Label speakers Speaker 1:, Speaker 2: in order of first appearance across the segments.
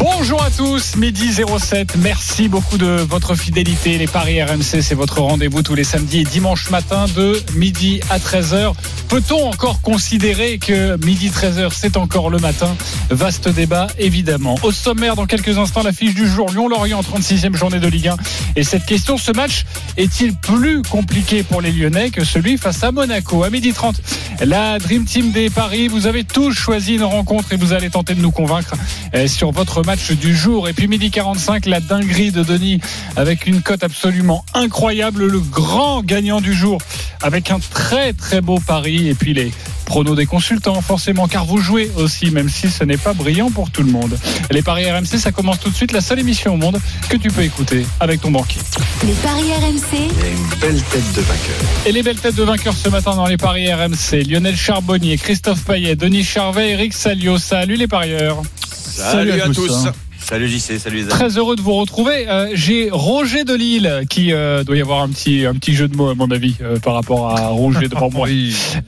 Speaker 1: Bonjour à tous, midi 07. Merci beaucoup de votre fidélité. Les Paris RMC, c'est votre rendez-vous tous les samedis et dimanches matin de midi à 13h. Peut-on encore considérer que midi 13h, c'est encore le matin Vaste débat, évidemment. Au sommaire, dans quelques instants, la fiche du jour Lyon-Lorient, 36e journée de Ligue 1. Et cette question, ce match est-il plus compliqué pour les Lyonnais que celui face à Monaco À midi 30, la Dream Team des Paris, vous avez tous choisi une rencontre et vous allez tenter de nous convaincre euh, sur votre match du jour. Et puis midi 45, la dinguerie de Denis avec une cote absolument incroyable, le grand gagnant du jour avec un très très beau pari. Et puis les pronos des consultants, forcément, car vous jouez aussi, même si ce n'est pas brillant pour tout le monde. Les paris RMC, ça commence tout de suite, la seule émission au monde que tu peux écouter avec ton banquier.
Speaker 2: Les Paris RMC,
Speaker 3: Il y a une belle tête de vainqueur.
Speaker 1: Et les belles têtes de vainqueurs ce matin dans les paris RMC, Lionel Charbonnier, Christophe Payet, Denis Charvet, Eric Salio. Salut les parieurs.
Speaker 4: Salut, à, tous. hein. Salut JC, salut les amis.
Speaker 1: Très heureux de vous retrouver. Euh, J'ai Roger de Lille qui euh, doit y avoir un petit un petit jeu de mots à mon avis euh, par rapport à Roger devant moi.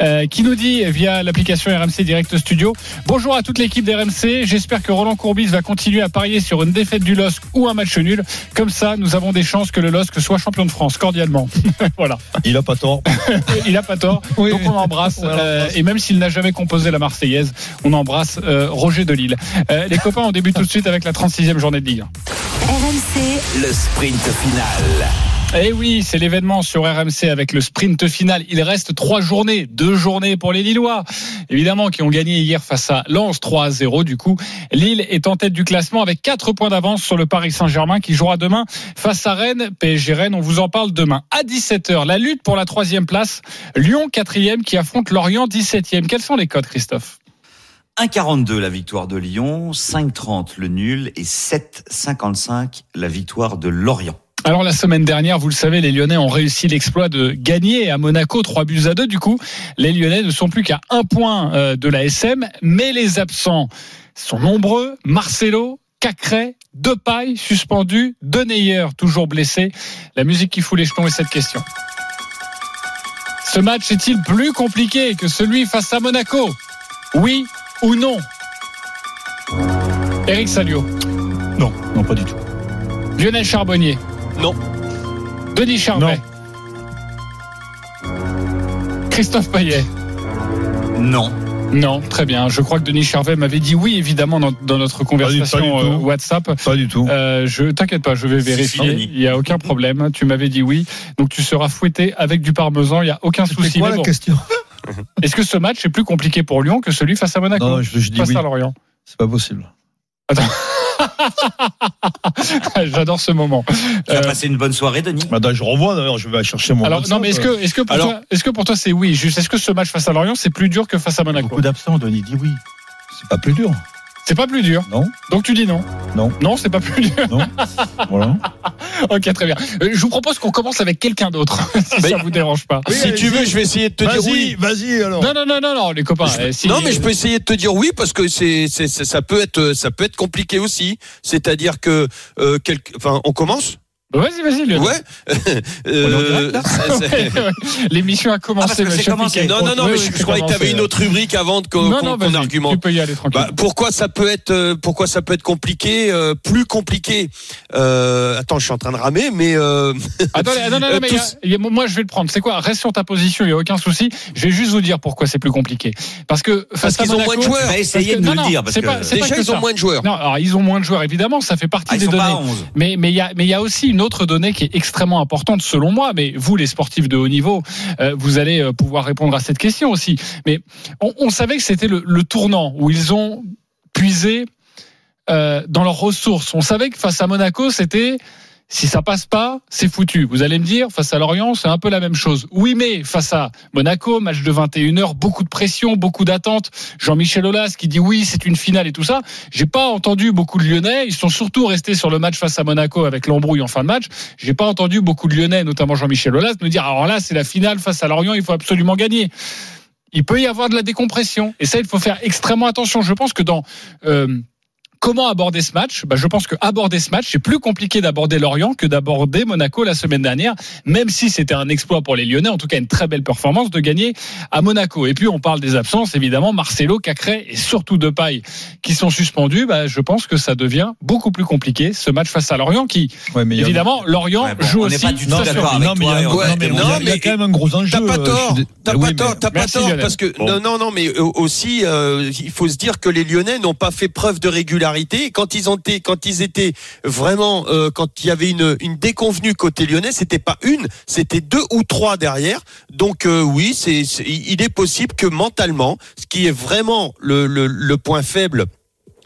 Speaker 1: Euh, qui nous dit via l'application RMC Direct Studio. Bonjour à toute l'équipe d'RMC. J'espère que Roland Courbis va continuer à parier sur une défaite du LOSC ou un match nul. Comme ça, nous avons des chances que le LOSC soit champion de France. Cordialement. voilà.
Speaker 5: Il a pas tort.
Speaker 1: Il a pas tort. Donc on l'embrasse. Euh, et même s'il n'a jamais composé la Marseillaise, on embrasse euh, Roger de Lille. Euh, les copains, on débute tout de suite avec la 36e journée de Ligue 1.
Speaker 2: RMC,
Speaker 6: Le sprint final.
Speaker 1: Eh oui, c'est l'événement sur RMC avec le sprint final. Il reste trois journées, deux journées pour les Lillois, évidemment, qui ont gagné hier face à Lens 3 à 0. Du coup, Lille est en tête du classement avec quatre points d'avance sur le Paris Saint-Germain qui jouera demain face à Rennes. PSG Rennes, on vous en parle demain. À 17h, la lutte pour la troisième place. Lyon quatrième qui affronte Lorient 17e. Quels sont les codes, Christophe
Speaker 4: 1,42 la victoire de Lyon, 5,30 le nul et 7,55 la victoire de Lorient.
Speaker 1: Alors la semaine dernière, vous le savez, les Lyonnais ont réussi l'exploit de gagner à Monaco 3 buts à 2. Du coup, les Lyonnais ne sont plus qu'à un point euh, de la SM, mais les absents sont nombreux. Marcelo, Cacré, Depay suspendu, Deneyer toujours blessé. La musique qui fout les jetons est cette question. Ce match est-il plus compliqué que celui face à Monaco Oui ou non Eric Salio,
Speaker 5: Non, non, pas du tout.
Speaker 1: Lionel Charbonnier.
Speaker 5: Non.
Speaker 1: Denis Charvet. Christophe Payet.
Speaker 4: Non.
Speaker 1: Non, très bien. Je crois que Denis Charvet m'avait dit oui, évidemment, dans, dans notre conversation
Speaker 5: pas du
Speaker 1: euh,
Speaker 5: tout.
Speaker 1: WhatsApp.
Speaker 5: Pas du tout.
Speaker 1: Euh, je t'inquiète pas, je vais vérifier.
Speaker 4: Denis.
Speaker 1: Il n'y a aucun problème. Tu m'avais dit oui, donc tu seras fouetté avec du parmesan. Il n'y a aucun souci.
Speaker 5: C'est quoi
Speaker 1: Mais
Speaker 5: la
Speaker 1: bon,
Speaker 5: question
Speaker 1: Est-ce que ce match est plus compliqué pour Lyon que celui face à Monaco
Speaker 5: Non, je, je dis
Speaker 1: Face
Speaker 5: oui.
Speaker 1: à Lorient.
Speaker 5: C'est pas possible.
Speaker 1: J'adore ce moment.
Speaker 4: Tu as
Speaker 1: Euh,
Speaker 4: passé une bonne soirée, Denis
Speaker 5: Maintenant, je revois d'ailleurs, je vais chercher mon. euh,
Speaker 1: alors non,
Speaker 5: WhatsApp.
Speaker 1: mais est-ce que est-ce que pour
Speaker 5: Alors-
Speaker 1: toi est-ce que pour toi c'est oui juste est-ce que ce match face à Lorient c'est plus dur que face à Monaco
Speaker 7: Beaucoup d'absents, Denis dit oui.
Speaker 5: C'est pas plus dur.
Speaker 1: C'est pas plus dur.
Speaker 5: Non.
Speaker 1: Donc tu dis non.
Speaker 5: Non.
Speaker 1: Non, c'est pas plus dur.
Speaker 5: Voilà.
Speaker 1: Ok, très bien. Euh, Je vous propose qu'on commence avec quelqu'un d'autre, si ça vous dérange pas.
Speaker 8: Si tu veux, je vais essayer de te dire
Speaker 5: Vas-y,
Speaker 8: oui.
Speaker 5: vas-y alors.
Speaker 1: Non, non, non, non, non, les copains. eh, si-
Speaker 8: Non, mais je peux essayer de te dire oui parce que c'est, c'est, c'est- ça peut être, ça peut être compliqué aussi. C'est-à-dire que, euh, quel- enfin, on commence.
Speaker 1: Vas-y, vas-y, Lionel.
Speaker 8: Ouais. Euh,
Speaker 1: Ah,
Speaker 8: c'est- c'est-
Speaker 1: L'émission a
Speaker 4: Ah, parce
Speaker 1: commencé,
Speaker 4: que c'est
Speaker 1: monsieur
Speaker 4: commencé.
Speaker 1: Piquet.
Speaker 8: Non, non, non,
Speaker 1: Oui, oui,
Speaker 8: mais je, je
Speaker 1: c'est
Speaker 8: croyais que tu avais
Speaker 1: commencé.
Speaker 8: une autre euh, rubrique avant de qu'on,
Speaker 1: Non,
Speaker 8: qu'on-
Speaker 1: non,
Speaker 8: qu'on
Speaker 1: vas-y,
Speaker 8: argumente.
Speaker 1: Tu peux y aller tranquille.
Speaker 8: Bah, pourquoi ça peut être euh, pourquoi ça peut être compliqué euh, plus compliqué euh, attends je suis en train de ramer mais euh,
Speaker 1: Attends, non, non, non,
Speaker 8: euh,
Speaker 1: mais il y a-
Speaker 8: tous-
Speaker 1: il y a- moi je vais le prendre. C'est quoi Reste sur ta position, il n'y a aucun souci. Je vais juste vous dire pourquoi c'est plus compliqué. Parce que face
Speaker 8: parce
Speaker 1: à
Speaker 8: qu'ils ont
Speaker 1: Monaco,
Speaker 8: moins de joueurs
Speaker 4: T'as essayé
Speaker 1: que-
Speaker 4: de nous
Speaker 1: non,
Speaker 4: le
Speaker 1: non,
Speaker 4: dire, parce
Speaker 1: c'est
Speaker 4: que
Speaker 1: pas- c'est-
Speaker 8: déjà
Speaker 1: que
Speaker 8: ils
Speaker 1: ça.
Speaker 8: ont moins de joueurs
Speaker 1: Non, alors ils ont moins de joueurs, évidemment, ça fait partie
Speaker 4: Ah, ils
Speaker 1: des
Speaker 4: sont
Speaker 1: données.
Speaker 4: pas à 11.
Speaker 1: Mais mais il y a mais il y a aussi une autre donnée qui est extrêmement importante selon moi. Mais vous les sportifs de haut niveau, euh, vous allez euh, pouvoir répondre à cette question aussi. Mais on, on savait que c'était le, le tournant où ils ont puisé euh, dans leurs ressources. On savait que face à Monaco, c'était si ça passe pas, c'est foutu. Vous allez me dire, face à Lorient, c'est un peu la même chose. Oui, mais face à Monaco, match de 21h, beaucoup de pression, beaucoup d'attentes. Jean-Michel Aulas qui dit oui, c'est une finale et tout ça. J'ai pas entendu beaucoup de Lyonnais. Ils sont surtout restés sur le match face à Monaco avec l'embrouille en fin de match. J'ai pas entendu beaucoup de Lyonnais, notamment Jean-Michel Aulas, nous dire alors là, c'est la finale face à Lorient, il faut absolument gagner. Il peut y avoir de la décompression. Et ça, il faut faire extrêmement attention. Je pense que dans euh, comment aborder ce match bah, Je pense que aborder ce match, c'est plus compliqué d'aborder Lorient que d'aborder Monaco la semaine dernière, même si c'était un exploit pour les Lyonnais, en tout cas une très belle performance de gagner à Monaco. Et puis on parle des absences, évidemment, Marcelo, Cacré et surtout Depay qui sont suspendus. Bah, je pense que ça devient beaucoup plus compliqué ce match face à Lorient qui,
Speaker 5: Ouais, mais il y a-
Speaker 1: évidemment, Lorient
Speaker 4: Ouais, bon,
Speaker 1: joue
Speaker 4: on n'est
Speaker 1: aussi.
Speaker 4: pas du tout
Speaker 1: sa
Speaker 4: d'accord
Speaker 1: survie.
Speaker 4: avec
Speaker 5: non, mais il y
Speaker 4: toi,
Speaker 5: a-
Speaker 4: et on-
Speaker 5: non, mais
Speaker 8: Ouais,
Speaker 5: il y a-
Speaker 8: non,
Speaker 5: il y a
Speaker 8: mais-
Speaker 5: quand même un gros enjeu.
Speaker 8: T'as pas
Speaker 5: euh,
Speaker 8: tort,
Speaker 5: je suis dé-
Speaker 8: t'as
Speaker 5: Oui,
Speaker 8: pas
Speaker 5: mais-
Speaker 8: tort, t'as pas
Speaker 1: Merci,
Speaker 8: tort,
Speaker 1: Lionel.
Speaker 8: parce que non, non, non, mais euh, aussi, euh, il faut se dire que les Lyonnais n'ont pas fait preuve de régularité. Quand ils ont été, quand ils étaient vraiment, euh, quand il y avait une, une déconvenue côté lyonnais, c'était pas une, c'était deux ou trois derrière. Donc euh, oui, c'est, c'est- il est possible que mentalement, ce qui est vraiment le, le, le point faible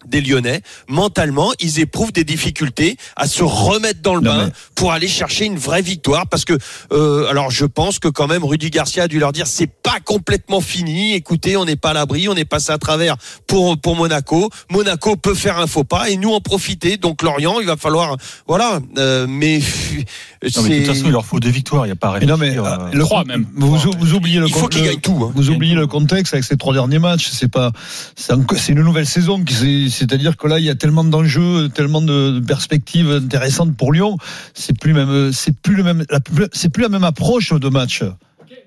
Speaker 8: des Lyonnais, mentalement, ils éprouvent des difficultés à se remettre dans le
Speaker 5: Non,
Speaker 8: bain
Speaker 5: mais-
Speaker 8: pour aller chercher une vraie victoire. Parce que, euh, alors je pense que quand même, Rudy Garcia a dû leur dire, c'est pas complètement fini, écoutez, on n'est pas à l'abri, on est passé à travers pour, pour Monaco. Monaco peut faire un faux pas et nous en profiter. Donc Lorient, il va falloir... Voilà, euh, mais... pff,
Speaker 7: Non, mais de toute
Speaker 8: c'est-
Speaker 7: façon, il leur faut deux victoires, il n'y a pas à
Speaker 5: Mais non, mais
Speaker 7: réfléchir,
Speaker 5: euh,
Speaker 7: euh.
Speaker 5: le-
Speaker 1: Trois, même.
Speaker 5: Vous, vous oubliez le
Speaker 8: il faut
Speaker 5: con-
Speaker 8: qu'ils
Speaker 5: le-
Speaker 8: gagnent tout. hein.
Speaker 5: Vous oubliez le contexte avec ces trois derniers matchs. C'est pas, c'est encore- c'est une nouvelle saison. qui s'est- C'est-à-dire que là, il y a tellement d'enjeux, tellement de de perspectives intéressantes pour Lyon. C'est plus même, c'est plus le même, la plus- c'est plus la même approche de match.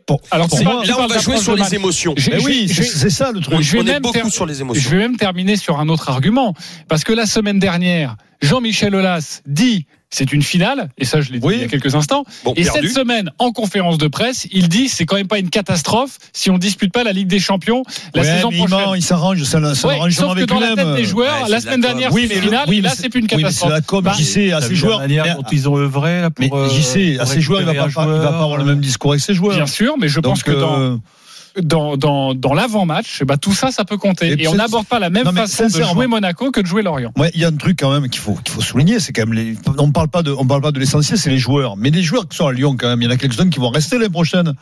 Speaker 5: Pour-
Speaker 1: Alors,
Speaker 5: pour
Speaker 1: c'est
Speaker 5: moi-
Speaker 1: pas-
Speaker 8: Là, on va jouer sur les émotions.
Speaker 1: J'ai-
Speaker 5: Mais
Speaker 1: j'ai-
Speaker 5: oui, c'est
Speaker 1: j'ai-
Speaker 5: c'est ça le truc.
Speaker 1: je vais
Speaker 8: On est
Speaker 1: même
Speaker 8: beaucoup
Speaker 1: faire-
Speaker 8: sur les
Speaker 1: Je
Speaker 8: émotions.
Speaker 1: vais même terminer sur un autre argument. Parce que la semaine dernière, Jean-Michel Aulas dit c'est une finale, et ça je l'ai dit
Speaker 5: Oui.
Speaker 1: il y a quelques instants.
Speaker 8: Bon,
Speaker 1: et
Speaker 8: perdu.
Speaker 1: cette semaine, en conférence de presse, il dit c'est quand même pas une catastrophe si on dispute pas la Ligue des Champions la
Speaker 5: Ouais,
Speaker 1: saison
Speaker 5: mais il
Speaker 1: prochaine.
Speaker 5: ment, il s'arrange, c'est un c'est un
Speaker 1: Ouais,
Speaker 5: arrangement
Speaker 1: sauf que
Speaker 5: avec
Speaker 1: dans la tête
Speaker 5: lui-même.
Speaker 1: des joueurs,
Speaker 4: Ouais,
Speaker 1: la
Speaker 4: c'est
Speaker 1: semaine
Speaker 4: de la
Speaker 1: dernière,
Speaker 4: com.
Speaker 1: c'est
Speaker 4: Oui, mais-
Speaker 1: une finale,
Speaker 5: oui,
Speaker 1: et là
Speaker 5: mais
Speaker 1: c'est plus une
Speaker 5: oui, mais c'est
Speaker 1: catastrophe.
Speaker 5: la com.
Speaker 1: Bah,
Speaker 5: J'y sais, à
Speaker 7: T'as
Speaker 5: ces
Speaker 7: vu la
Speaker 5: joueurs.
Speaker 7: manière
Speaker 5: mais-
Speaker 7: dont ils ont œuvré là, pour.
Speaker 5: Mais
Speaker 7: euh,
Speaker 5: j'y sais, à
Speaker 7: pour
Speaker 5: ces joueurs, il va pas,
Speaker 7: récupérer
Speaker 5: il
Speaker 7: un
Speaker 5: va
Speaker 7: joueur,
Speaker 5: pas avoir le même discours avec ses joueurs.
Speaker 1: Bien sûr, mais je
Speaker 5: Donc,
Speaker 1: pense que dans,
Speaker 5: euh,
Speaker 1: dans, dans, dans l'avant-match, bah, tout ça, ça peut compter.
Speaker 5: Et
Speaker 1: Et, on
Speaker 5: c'est-
Speaker 1: n'aborde pas la même
Speaker 5: Non, mais
Speaker 1: façon de
Speaker 5: sincèrement-
Speaker 1: jouer Monaco que de jouer Lorient.
Speaker 5: Ouais, il y a un truc quand même qu'il faut qu'il faut souligner, c'est quand même les, on parle pas de on parle pas de l'essentiel, c'est les joueurs. Mais les joueurs qui sont à Lyon quand même, il y en a quelques-uns qui vont rester l'année prochaine.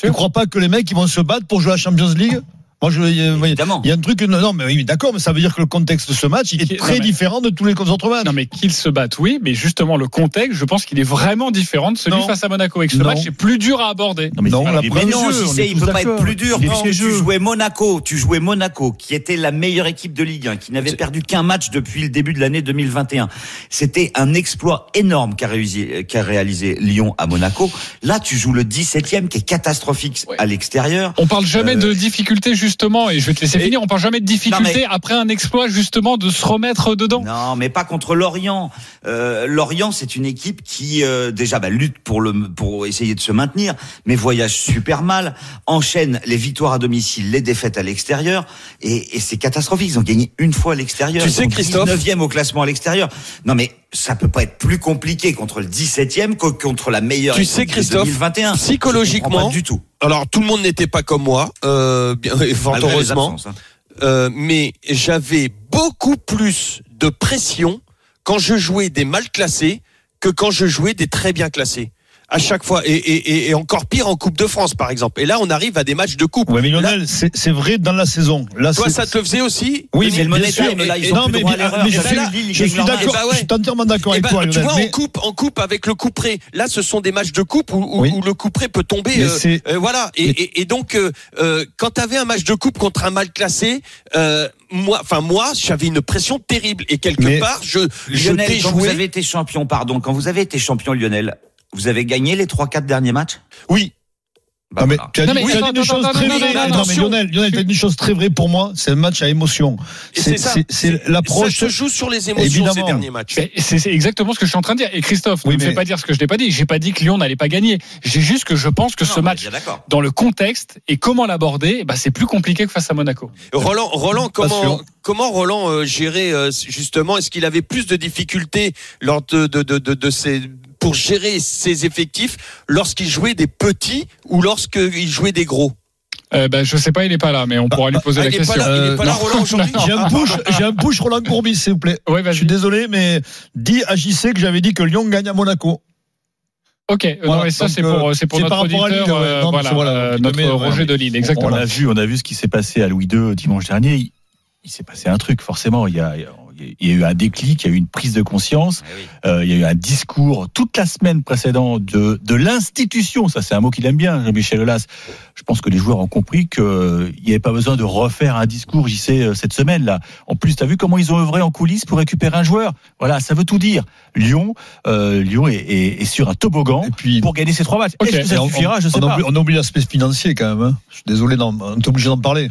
Speaker 5: Tu crois pas que les mecs ils vont se battre pour jouer à la Champions League Moi je
Speaker 4: Évidemment.
Speaker 5: il y a un truc non, non mais oui, mais d'accord, mais ça veut dire que le contexte de ce match il
Speaker 1: Qui-
Speaker 5: est très
Speaker 1: non, mais-
Speaker 5: différent de tous les autres matchs.
Speaker 1: Non mais qu'ils se battent, oui, mais justement le contexte, je pense qu'il est vraiment différent de celui
Speaker 5: Non.
Speaker 1: face à Monaco. Et que ce
Speaker 5: Non.
Speaker 1: match est plus dur à aborder.
Speaker 5: mais
Speaker 7: c'est pas
Speaker 5: la
Speaker 7: les
Speaker 4: Mais
Speaker 5: preuve-
Speaker 4: non, si c'est, il peut pas être plus dur.
Speaker 7: Il est
Speaker 4: puisque tu
Speaker 7: piégeux.
Speaker 4: jouais Monaco, tu jouais Monaco, qui était la meilleure équipe de Ligue 1, qui n'avait perdu qu'un match depuis le début de l'année 2021. C'était un exploit énorme qu'a réussi, qu'a réalisé Lyon à Monaco. Là, tu joues le 17e, qui est catastrophique à l'extérieur.
Speaker 1: On parle jamais
Speaker 4: Euh,
Speaker 1: de difficulté justement, et je vais te laisser
Speaker 4: et-
Speaker 1: finir. On parle jamais de
Speaker 4: Non,
Speaker 1: difficulté
Speaker 4: mais-
Speaker 1: après un exploit justement de se remettre dedans.
Speaker 4: Non, mais pas contre Lorient. Euh, Lorient, c'est une équipe qui euh, déjà bah, lutte pour le pour essayer de se maintenir, mais voyage super mal, enchaîne les victoires à domicile, les défaites à l'extérieur, et, et c'est catastrophique. Ils ont gagné une fois à l'extérieur.
Speaker 8: Tu
Speaker 4: Ils
Speaker 8: sais,
Speaker 4: sont
Speaker 8: Christophe-
Speaker 4: 19e au classement à l'extérieur. Non, mais ça peut pas être plus compliqué contre le 17e que contre la meilleure
Speaker 8: Tu
Speaker 4: équipe
Speaker 8: sais,
Speaker 4: de
Speaker 8: Christophe,
Speaker 4: 2021. Je
Speaker 8: psychologiquement,
Speaker 4: comprends pas du tout.
Speaker 8: Alors tout le monde n'était pas comme moi, euh, bien, fort
Speaker 4: malgré les
Speaker 8: heureusement.
Speaker 4: absences, hein.
Speaker 8: Euh, mais j'avais beaucoup plus de pression quand je jouais des mal classés que quand je jouais des très bien classés. À chaque fois, et, et- et- et encore pire en Coupe de France, par exemple. Et là, on arrive à des matchs de coupe.
Speaker 5: Ouais, mais Lionel, c'est c'est vrai dans la saison. Là
Speaker 8: Toi,
Speaker 5: c'est-
Speaker 8: ça te le faisait aussi
Speaker 4: Mais
Speaker 5: Oui, mais
Speaker 4: le
Speaker 5: bien
Speaker 4: Monétaire,
Speaker 5: sûr,
Speaker 4: mais là, ils
Speaker 5: et-
Speaker 4: ont
Speaker 5: non,
Speaker 4: plus
Speaker 5: mais
Speaker 4: droit à
Speaker 5: bien-
Speaker 4: l'erreur.
Speaker 5: mais
Speaker 4: Ça,
Speaker 5: c'est-
Speaker 4: la Lille, ils
Speaker 5: Je
Speaker 4: gagnent
Speaker 5: suis
Speaker 4: leur
Speaker 5: d'accord,
Speaker 8: match. Eh ben
Speaker 5: je suis entièrement d'accord
Speaker 8: Eh
Speaker 5: avec
Speaker 8: ben,
Speaker 5: toi.
Speaker 8: tu
Speaker 5: Lionel,
Speaker 8: vois, en
Speaker 5: mais-
Speaker 8: coupe, en coupe avec le coup près. Là, ce sont des matchs de coupe où, où-
Speaker 5: Oui.
Speaker 8: où le coup près peut tomber.
Speaker 5: Mais
Speaker 8: euh,
Speaker 5: c'est-
Speaker 8: euh, voilà. Et,
Speaker 5: Mais-
Speaker 8: et- et donc, euh, euh, quand t'avais un match de coupe contre un mal classé, euh, moi, enfin moi, j'avais une pression terrible. Et quelque
Speaker 5: Mais-
Speaker 8: part, je, je
Speaker 4: Lionel,
Speaker 8: t'ai
Speaker 4: quand vous
Speaker 8: joué.
Speaker 4: avez été champion, pardon, quand vous avez été champion, Lionel, vous avez gagné les trois quatre derniers matchs.
Speaker 8: Oui.
Speaker 4: Bah,
Speaker 5: Non, mais
Speaker 4: voilà.
Speaker 5: tu as
Speaker 1: Non,
Speaker 5: dit,
Speaker 1: mais
Speaker 5: tu as dit
Speaker 1: attends,
Speaker 5: une chose
Speaker 1: attends,
Speaker 5: très
Speaker 1: attends, attends,
Speaker 5: vraie. Non, mais
Speaker 1: attention.
Speaker 5: Lionel, Lionel, tu as dit une chose très vraie pour moi. C'est un match à émotion.
Speaker 8: Et
Speaker 5: C'est-
Speaker 8: c'est ça.
Speaker 5: c'est- C'est
Speaker 8: Ça
Speaker 5: l'approche.
Speaker 8: se joue sur les émotions
Speaker 5: Évidemment.
Speaker 8: ces derniers matchs.
Speaker 4: Eh,
Speaker 1: Mais C'est c'est exactement ce que je suis en train de dire. Et Christophe,
Speaker 5: Oui,
Speaker 1: ne me
Speaker 5: mais-
Speaker 1: fais pas dire ce que je n'ai pas dit. J'ai pas dit que Lyon n'allait pas gagner. J'ai juste que je pense que
Speaker 4: Non,
Speaker 1: ce
Speaker 4: mais
Speaker 1: match,
Speaker 4: bien D'accord.
Speaker 1: dans le contexte et comment l'aborder, bah, c'est plus compliqué que face à Monaco.
Speaker 8: Roland, Roland, comment
Speaker 5: sûr.
Speaker 8: comment Roland euh, gérait euh, justement Est-ce qu'il avait plus de difficultés lors de de de de, de ses pour gérer ses effectifs lorsqu'il jouait des petits ou lorsqu'il jouait des gros.
Speaker 1: Euh, bah, je sais pas, il est pas là, mais on pourra lui poser
Speaker 8: Ah,
Speaker 1: la
Speaker 8: il est
Speaker 1: question.
Speaker 8: pas là, il est
Speaker 5: Euh,
Speaker 8: pas là,
Speaker 1: non.
Speaker 8: Roland aujourd'hui.
Speaker 1: Non.
Speaker 5: J'ai un push, j'ai un push Roland Courbis, s'il vous plaît.
Speaker 1: Ouais,
Speaker 5: Je
Speaker 1: vas-y.
Speaker 5: suis désolé, mais dis à JC que j'avais dit que Lyon gagne à Monaco.
Speaker 1: Ok, euh,
Speaker 5: Voilà,
Speaker 1: non, mais ça
Speaker 5: donc,
Speaker 1: c'est pour,
Speaker 5: euh,
Speaker 1: c'est pour
Speaker 5: c'est
Speaker 1: notre
Speaker 5: par rapport à
Speaker 1: auditeur,
Speaker 5: Lille, ouais,
Speaker 1: euh,
Speaker 5: non,
Speaker 1: voilà,
Speaker 5: c'est- voilà,
Speaker 1: euh,
Speaker 5: qui
Speaker 1: notre
Speaker 5: met, ouais,
Speaker 1: Roger
Speaker 5: ouais.
Speaker 1: Delisle, exactement.
Speaker 7: On a vu, on a vu ce qui s'est passé à Louis II dimanche dernier. Il, il s'est passé un truc, forcément. Il y a, il il y a eu un déclic, il y a eu une prise de conscience, euh, il y a eu un discours toute la semaine précédente de, de l'institution. Ça, c'est un mot qu'il aime bien, Jean-Michel Aulas. Je pense que les joueurs ont compris qu'il n'y avait pas besoin de refaire un discours, j'y sais, euh, cette semaine-là. En plus, tu as vu comment ils ont œuvré en coulisses pour récupérer un joueur. Voilà, ça veut tout dire. Lyon, euh, Lyon est, est- est sur un toboggan
Speaker 5: Et puis-
Speaker 7: pour gagner ses trois matchs.
Speaker 1: Ok.
Speaker 7: Est-ce que ça
Speaker 5: Et on-
Speaker 7: suffira Je sais
Speaker 5: on,
Speaker 7: pas.
Speaker 5: oublie, on oublie l'aspect financier quand même. hein. Je suis désolé, d'en- on est obligé d'en parler.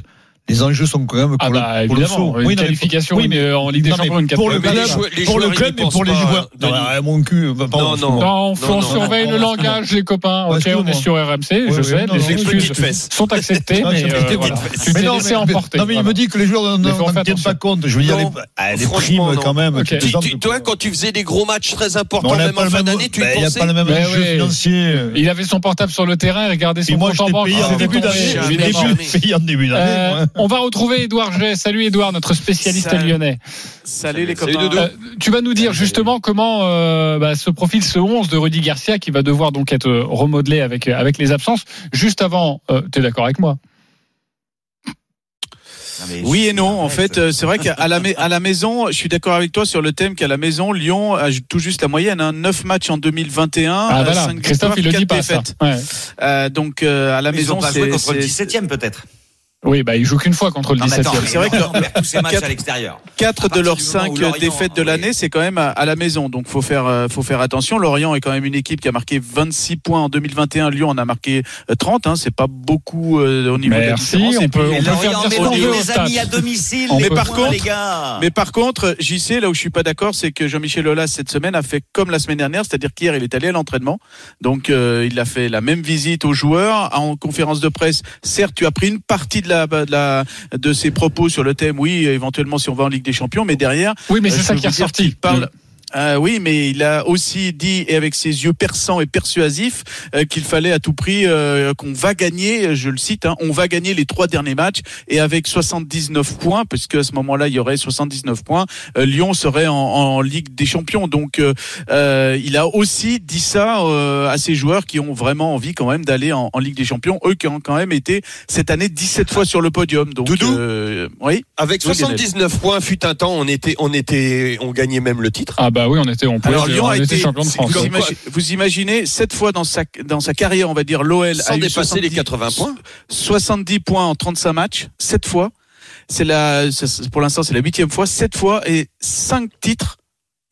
Speaker 5: Les enjeux sont quand même
Speaker 1: Ah
Speaker 5: colo-
Speaker 1: bah
Speaker 5: colossaux.
Speaker 1: évidemment, une
Speaker 5: Oui, non, mais
Speaker 1: qualification
Speaker 5: pour- oui,
Speaker 1: mais, euh, en Ligue des
Speaker 5: non, mais
Speaker 1: Champions, une
Speaker 5: pour le
Speaker 8: Mais les
Speaker 5: club,
Speaker 8: joueurs- les
Speaker 5: pour le
Speaker 8: joueurs, ils
Speaker 5: club
Speaker 8: n'y
Speaker 5: et pour les
Speaker 8: pensent pas,
Speaker 5: joueurs.
Speaker 8: Denis.
Speaker 5: Non, bah, mon cul. bah, pardon,
Speaker 8: Non, non.
Speaker 1: Non, on, fait-
Speaker 8: Non,
Speaker 1: on
Speaker 8: non,
Speaker 1: surveille
Speaker 5: non,
Speaker 1: le
Speaker 5: non,
Speaker 1: langage, les copains. Ok, on
Speaker 5: excuse-moi.
Speaker 1: est sur RMC,
Speaker 5: Oui,
Speaker 1: je
Speaker 5: oui,
Speaker 1: sais.
Speaker 5: non,
Speaker 1: les
Speaker 5: non,
Speaker 1: excuses
Speaker 8: petites fesses.
Speaker 1: sont acceptées,
Speaker 5: Non,
Speaker 1: mais
Speaker 5: j'ai
Speaker 1: euh,
Speaker 5: petites
Speaker 1: voilà.
Speaker 8: fesses.
Speaker 1: tu t'es
Speaker 5: non,
Speaker 1: laissé emporter.
Speaker 5: non, mais il
Speaker 1: voilà.
Speaker 5: me dit que les joueurs n'en-
Speaker 1: Mais faut
Speaker 5: n'en
Speaker 1: faire
Speaker 5: tiennent pas
Speaker 1: attention.
Speaker 5: compte. Je veux dire,
Speaker 8: Non.
Speaker 5: les, ah, les primes
Speaker 8: Franchement, non.
Speaker 5: quand même.
Speaker 1: Ok.
Speaker 5: tu te
Speaker 8: Tu-
Speaker 5: sens-
Speaker 8: tu- toi, quand tu faisais des gros matchs très
Speaker 5: Mais
Speaker 8: importants,
Speaker 5: on n'a
Speaker 8: même
Speaker 5: pas
Speaker 8: en
Speaker 5: le
Speaker 8: fin
Speaker 5: même-
Speaker 8: d'année, tu y
Speaker 5: bah, Il n'y a
Speaker 8: pensais.
Speaker 5: pas le même
Speaker 1: Mais
Speaker 5: enjeu
Speaker 1: ouais.
Speaker 5: financier.
Speaker 1: Il avait son portable sur le terrain et regardait son
Speaker 5: Et moi,
Speaker 1: compte
Speaker 5: je
Speaker 1: en
Speaker 5: t'ai
Speaker 1: banque.
Speaker 5: payé
Speaker 1: Ah,
Speaker 5: en début
Speaker 1: évidemment.
Speaker 5: d'année.
Speaker 8: jamais
Speaker 5: J'ai
Speaker 8: jamais.
Speaker 5: début- payé en début d'année.
Speaker 1: Euh,
Speaker 5: moi.
Speaker 1: on va retrouver Edouard Gay. Salut Edouard, notre spécialiste
Speaker 9: Salut.
Speaker 1: lyonnais.
Speaker 9: Salut les
Speaker 8: Salut,
Speaker 9: copains.
Speaker 8: Doudou.
Speaker 1: Euh, tu vas nous dire justement comment euh, bah, se profile ce 11 de Rudy Garcia qui va devoir donc être euh, remodelé avec, euh, avec les absences. Juste avant, tu es d'accord avec moi
Speaker 9: Oui et non. En fait, euh, c'est vrai qu'à la, mai- à la maison, je suis d'accord avec toi sur le thème qu'à la maison, Lyon a ju- tout juste la moyenne. Hein, 9 matchs en 2021.
Speaker 1: Ah
Speaker 9: euh,
Speaker 1: voilà,
Speaker 9: cinq
Speaker 1: Christophe il le
Speaker 9: victoires,
Speaker 1: dit
Speaker 9: quatre
Speaker 1: pas ça.
Speaker 9: défaites.
Speaker 1: Ouais.
Speaker 9: Euh, donc euh, à la
Speaker 4: Ils
Speaker 9: maison,
Speaker 4: ont pas joué
Speaker 9: c'est
Speaker 4: contre le
Speaker 9: c'est-
Speaker 4: 17ème peut-être.
Speaker 1: Oui, bah il joue qu'une fois contre le
Speaker 4: Non, mais
Speaker 1: 17
Speaker 4: attends,
Speaker 1: e
Speaker 4: c'est vrai
Speaker 9: vrai que-
Speaker 4: que tous ces matchs
Speaker 9: Quatre- Euh,
Speaker 4: à l'extérieur.
Speaker 9: Quatre de
Speaker 4: partir
Speaker 9: leurs
Speaker 4: du moment où
Speaker 9: cinq
Speaker 4: Lorient, hein,
Speaker 9: défaites de
Speaker 4: oui.
Speaker 9: l'année, c'est quand même euh, à, à la maison. Donc faut faire euh, faut faire attention. Lorient est quand même une équipe qui a marqué 26 points en 2021. Lyon en a marqué euh, 30. Hein, c'est pas beaucoup euh, au niveau de la
Speaker 1: Merci,
Speaker 9: différence.
Speaker 1: on
Speaker 9: Et puis,
Speaker 1: peut, on
Speaker 4: Mais
Speaker 1: peut faire
Speaker 4: Lorient,
Speaker 1: dire
Speaker 4: mais
Speaker 1: ce qu'on
Speaker 4: non,
Speaker 1: veut au
Speaker 4: mes amis
Speaker 1: stade.
Speaker 4: à domicile,
Speaker 1: On
Speaker 4: les
Speaker 1: peut-
Speaker 4: points,
Speaker 9: Par contre-
Speaker 4: les gars.
Speaker 9: Mais par contre, j'y sais, là où je suis pas d'accord, c'est que Jean-Michel Aulas, cette semaine, a fait comme la semaine dernière, c'est-à-dire qu'hier, il est allé à l'entraînement. Donc, euh, il a fait la même visite aux joueurs. En conférence de presse, certes, tu as pris une partie de, la, de, la, de ses propos sur le thème, oui, éventuellement, si on va en Ligue des Champions, mais derrière,
Speaker 1: Oui, mais
Speaker 9: euh,
Speaker 1: c'est
Speaker 9: je
Speaker 1: ça
Speaker 9: veux
Speaker 1: qui est
Speaker 9: vous dire
Speaker 1: ressorti.
Speaker 9: qu'il Parle... Ah oui, mais il a aussi dit, et avec ses yeux perçants et persuasifs, euh, qu'il fallait à tout prix euh, qu'on va gagner, je le cite, hein, on va gagner les trois derniers matchs, et avec 79 points, puisque à ce moment-là, il y aurait 79 points, euh, Lyon serait en, en Ligue des Champions. Donc, euh, euh, il a aussi dit ça euh, à ses joueurs qui ont vraiment envie quand même d'aller en, en Ligue des Champions, eux qui ont quand même été cette année 17 fois sur le podium. Donc,
Speaker 8: Doudou
Speaker 9: euh, oui.
Speaker 8: Avec
Speaker 9: Oui, Lionel.
Speaker 8: 79 points, fut un temps, on était, on était, on gagnait même le titre.
Speaker 1: Ah bah oui, on était, on pouvait,
Speaker 8: Alors, Lyon
Speaker 1: on
Speaker 8: a
Speaker 1: était
Speaker 8: été-
Speaker 1: champion de
Speaker 8: c'est
Speaker 1: France.
Speaker 9: Vous,
Speaker 8: Comme
Speaker 9: imagi- vous imaginez, sept fois dans sa, dans sa carrière, on va dire, l'OL
Speaker 8: Sans
Speaker 9: a eu
Speaker 8: dépasser
Speaker 9: 70
Speaker 8: les 80 points.
Speaker 9: 70 points en 35 matchs, sept fois. C'est la, c'est- pour l'instant, c'est la huitième fois, sept fois et cinq titres.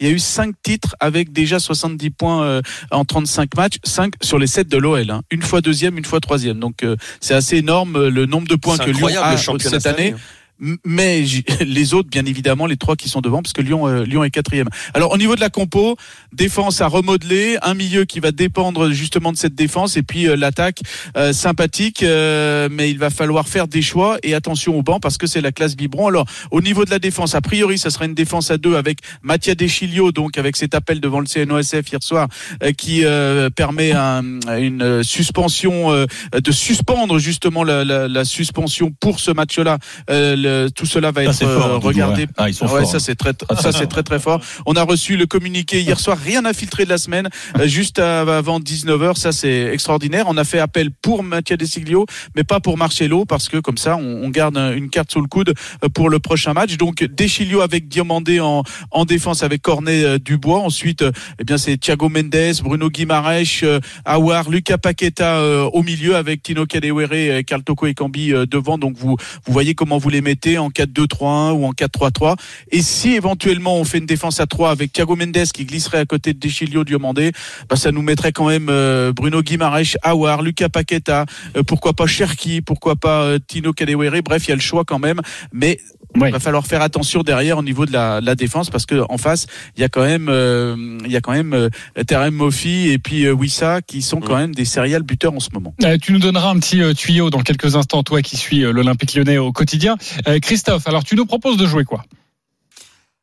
Speaker 9: Il y a eu cinq titres avec déjà 70 points euh, en 35 matchs, 5 sur les 7 de l'OL. hein. Une fois deuxième, une fois troisième. Donc euh, c'est assez énorme euh, le nombre de points
Speaker 8: C'est
Speaker 9: que Lyon
Speaker 8: incroyable,
Speaker 9: a euh,
Speaker 8: le championnat hein.
Speaker 9: cette année.
Speaker 8: fermé.
Speaker 9: M- mais j- les autres, bien évidemment, les trois qui sont devant, parce que Lyon, euh, Lyon est quatrième. Alors au niveau de la compo, défense à remodeler, un milieu qui va dépendre justement de cette défense, et puis euh, l'attaque euh, sympathique, euh, mais il va falloir faire des choix et attention au banc parce que c'est la classe biberon. Alors au niveau de la défense, a priori, ça sera une défense à deux avec Mattia Deschilio, donc avec cet appel devant le CNOSF hier soir euh, qui euh, permet un- une euh, suspension euh, de suspendre justement la, la- la suspension pour ce match-là. Euh, le- tout cela va
Speaker 7: Ça,
Speaker 9: être
Speaker 7: c'est fort,
Speaker 9: euh,
Speaker 7: Doudou,
Speaker 9: regardé.
Speaker 7: ouais. Ah, ils sont
Speaker 9: Ouais,
Speaker 7: forts,
Speaker 9: ça
Speaker 7: hein.
Speaker 9: c'est très, ça c'est très très fort. On a reçu le communiqué hier soir, rien à filtrer de la semaine, euh, juste à- avant 19h. Ça c'est extraordinaire. On a fait appel pour Mathias Desiglio, mais pas pour Marcelo parce que comme ça on, on garde un- une carte sous le coude euh, pour le prochain match. Donc Deschilio avec Diomandé en, en défense avec Cornet euh, Dubois. Ensuite, euh, eh bien c'est Thiago Mendes, Bruno Guimaraes, euh, Aouar, Lucas Paqueta euh, au milieu avec Tino Kadewere, euh, Karl Toko et Cambi euh, devant. Donc vous vous voyez comment vous les mettez en 4-2-3-1 ou en 4-3-3. Et si éventuellement on fait une défense à 3 avec Thiago Mendes qui glisserait à côté de Deschilio Diomandé, bah ça nous mettrait quand même euh, Bruno Guimaraes, Aouar, Lucas Paqueta, euh, pourquoi pas Cherki, pourquoi pas euh, Tino Kadewere. Bref, il y a le choix quand même, mais
Speaker 1: Ouais.
Speaker 9: il va falloir faire attention derrière au niveau de la, la défense parce que en face, il y a quand même euh, il y a quand même euh, Terem Moffi et puis euh, Wissa qui sont quand même des serial buteurs en ce moment.
Speaker 1: Euh, tu nous donneras un petit euh, tuyau dans quelques instants, toi qui suis euh, l'Olympique lyonnais au quotidien. Euh, Christophe, alors tu nous proposes de jouer quoi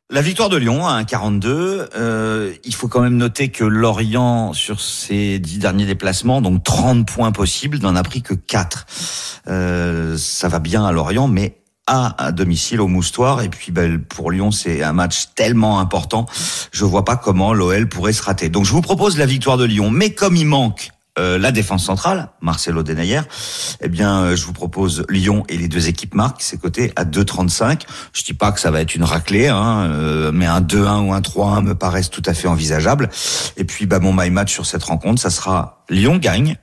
Speaker 4: La victoire de Lyon à 1,42. Euh, il faut quand même noter que Lorient, sur ses dix derniers déplacements, donc 30 points possibles, n'en a pris que 4. Euh, ça va bien à Lorient, mais à, à domicile au Moustoir. Et puis ben, pour Lyon, c'est un match tellement important. Je vois pas comment l'OL pourrait se rater. Donc je vous propose la victoire de Lyon. Mais comme il manque euh, la défense centrale, Marcelo Denayer, eh bien, euh, je vous propose Lyon et les deux équipes marquent, c'est coté à 2,35. Je dis pas que ça va être une raclée, hein, euh, mais un 2-1 ou un 3-1 me paraissent tout à fait envisageables. Et puis, bah, mon my match sur cette rencontre, ça sera Lyon gagne,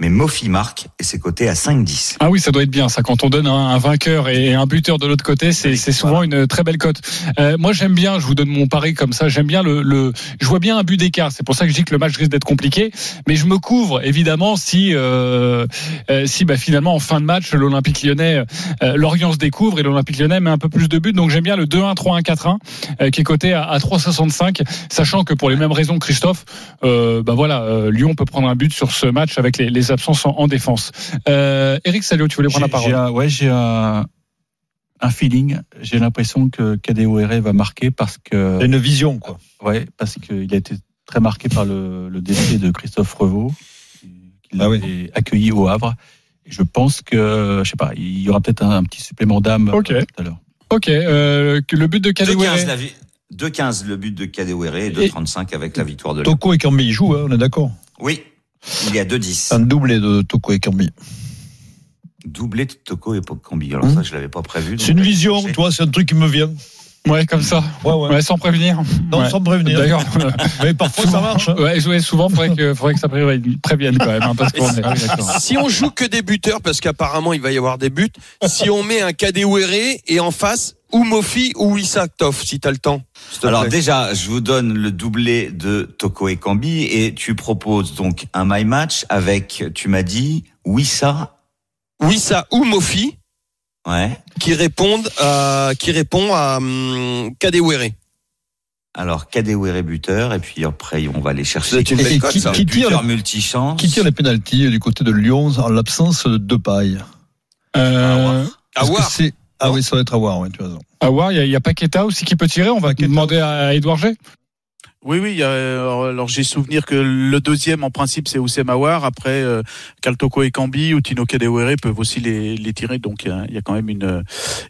Speaker 4: mais Mofi marque et c'est coté à 5-10.
Speaker 1: Ah oui, ça doit être bien ça. Quand on donne un, un vainqueur et un buteur de l'autre côté, c'est c'est souvent une très belle cote. Euh, moi, j'aime bien. Je vous donne mon pari comme ça. J'aime bien le, le- Je vois bien un but d'écart. C'est pour ça que je dis que le match risque d'être compliqué. Mais je me couvre évidemment si euh, euh, si bah, finalement en fin de match l'Olympique Lyonnais, euh, Lorient se découvre et l'Olympique Lyonnais met un peu plus de buts. Donc j'aime bien le 2-1, 3-1, 4-1 euh, qui est coté à, à 3,65. Sachant que pour les mêmes raisons, que Christophe, euh, bah voilà, euh, Lyon peut prendre un but sur ce match avec les, les absences en, en défense. Euh, Eric Salio, tu voulais prendre la parole
Speaker 7: J'ai- j'ai un- ouais, j'ai un, un feeling. J'ai l'impression que KDOR va marquer parce que.
Speaker 5: Il y a une vision, quoi.
Speaker 7: Ouais, parce qu'il a été très marqué par le, le décès de Christophe Revaux, qui qui l'a
Speaker 5: Ah oui.
Speaker 7: été accueilli au Havre. Et je pense que, je sais pas, il y aura peut-être un, un petit supplément d'âme
Speaker 1: Ok.
Speaker 7: euh, tout à l'heure.
Speaker 1: Ok, euh, que le but de Kadewere.
Speaker 4: 2-15 la vi- 2-15 le but de Kadewere et 2-35 avec la victoire de Lyon.
Speaker 5: Toko et Cambi, ils jouent, hein, on est d'accord.
Speaker 4: Oui, il y a 2-10.
Speaker 5: Un doublé de Toko et Cambi.
Speaker 4: Doublé de Toko et Combi. Alors
Speaker 5: Hum.
Speaker 4: ça, je l'avais pas prévu. donc
Speaker 5: C'est une
Speaker 4: j'ai
Speaker 5: vision,
Speaker 4: cherché.
Speaker 5: tu vois, c'est un truc qui me vient.
Speaker 1: Ouais, comme ça.
Speaker 5: Ouais, ouais.
Speaker 1: Ouais, sans prévenir.
Speaker 5: Non,
Speaker 1: Ouais.
Speaker 5: sans me prévenir.
Speaker 1: D'ailleurs,
Speaker 5: Mais parfois ça marche. hein.
Speaker 1: ouais, ouais, souvent, faudrait que, faudrait que ça prévienne prévienne quand même, hein, parce qu'on
Speaker 5: Ah
Speaker 1: est-
Speaker 8: Si on joue que des buteurs, parce qu'apparemment il va y avoir des buts, si on met un Kadewere et en face, ou Mofi ou Isaac Toff, si t'as le temps. s'il te
Speaker 4: Alors
Speaker 8: plaît.
Speaker 4: déjà, je vous donne le doublé de Toko et Cambi et tu proposes donc un my match avec, tu m'as dit, Wissa.
Speaker 8: Wissa ou Mofi
Speaker 4: Ouais.
Speaker 8: qui répondent à, qui répond à hum, Kadewere.
Speaker 4: Alors Kadewere buteur et puis après on va aller chercher.
Speaker 5: une belle cote, ça. Qui tire
Speaker 4: buteur
Speaker 5: le-
Speaker 4: multichance.
Speaker 5: Qui tire les pénalties du côté de Lyon en l'absence de Depay
Speaker 1: Euh,
Speaker 8: À
Speaker 5: Est-ce que
Speaker 8: voir.
Speaker 5: c'est- Ah oui, ça va être à voir, oui, tu as raison.
Speaker 1: à voir, il y a- il y, a Paqueta aussi qui peut tirer. On va
Speaker 5: Paqueta.
Speaker 1: demander à Edouard G.
Speaker 9: Oui, oui. il y a- alors, alors, j'ai souvenir que le deuxième, en principe, c'est Oussem Aouar. Après, euh, Kaltoko et Kambi ou Tino Kadewere peuvent aussi les, les tirer. Donc, il y a- il y, a quand même une, euh,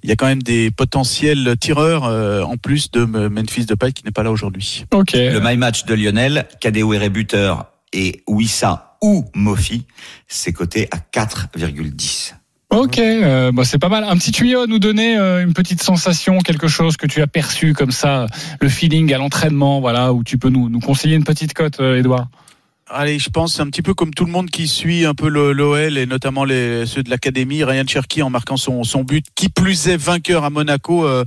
Speaker 9: il y a quand même des potentiels tireurs euh, en plus de M- Memphis Depay qui n'est pas là aujourd'hui.
Speaker 1: Ok.
Speaker 4: Le my match de Lionel, Kadewere buteur et Wissa ou Mofi, c'est coté à 4,10.
Speaker 1: Ok, euh, bah, c'est pas mal. Un petit tuyau à nous donner, euh, une petite sensation, quelque chose que tu as perçu comme ça, le feeling à l'entraînement, voilà, où tu peux nous, nous conseiller une petite cote, euh, Edouard.
Speaker 9: Allez, je pense un petit peu comme tout le monde qui suit un peu le- l'OL et notamment les, ceux de l'académie. Ryan Cherky en marquant son, son but, qui plus est vainqueur à Monaco, euh,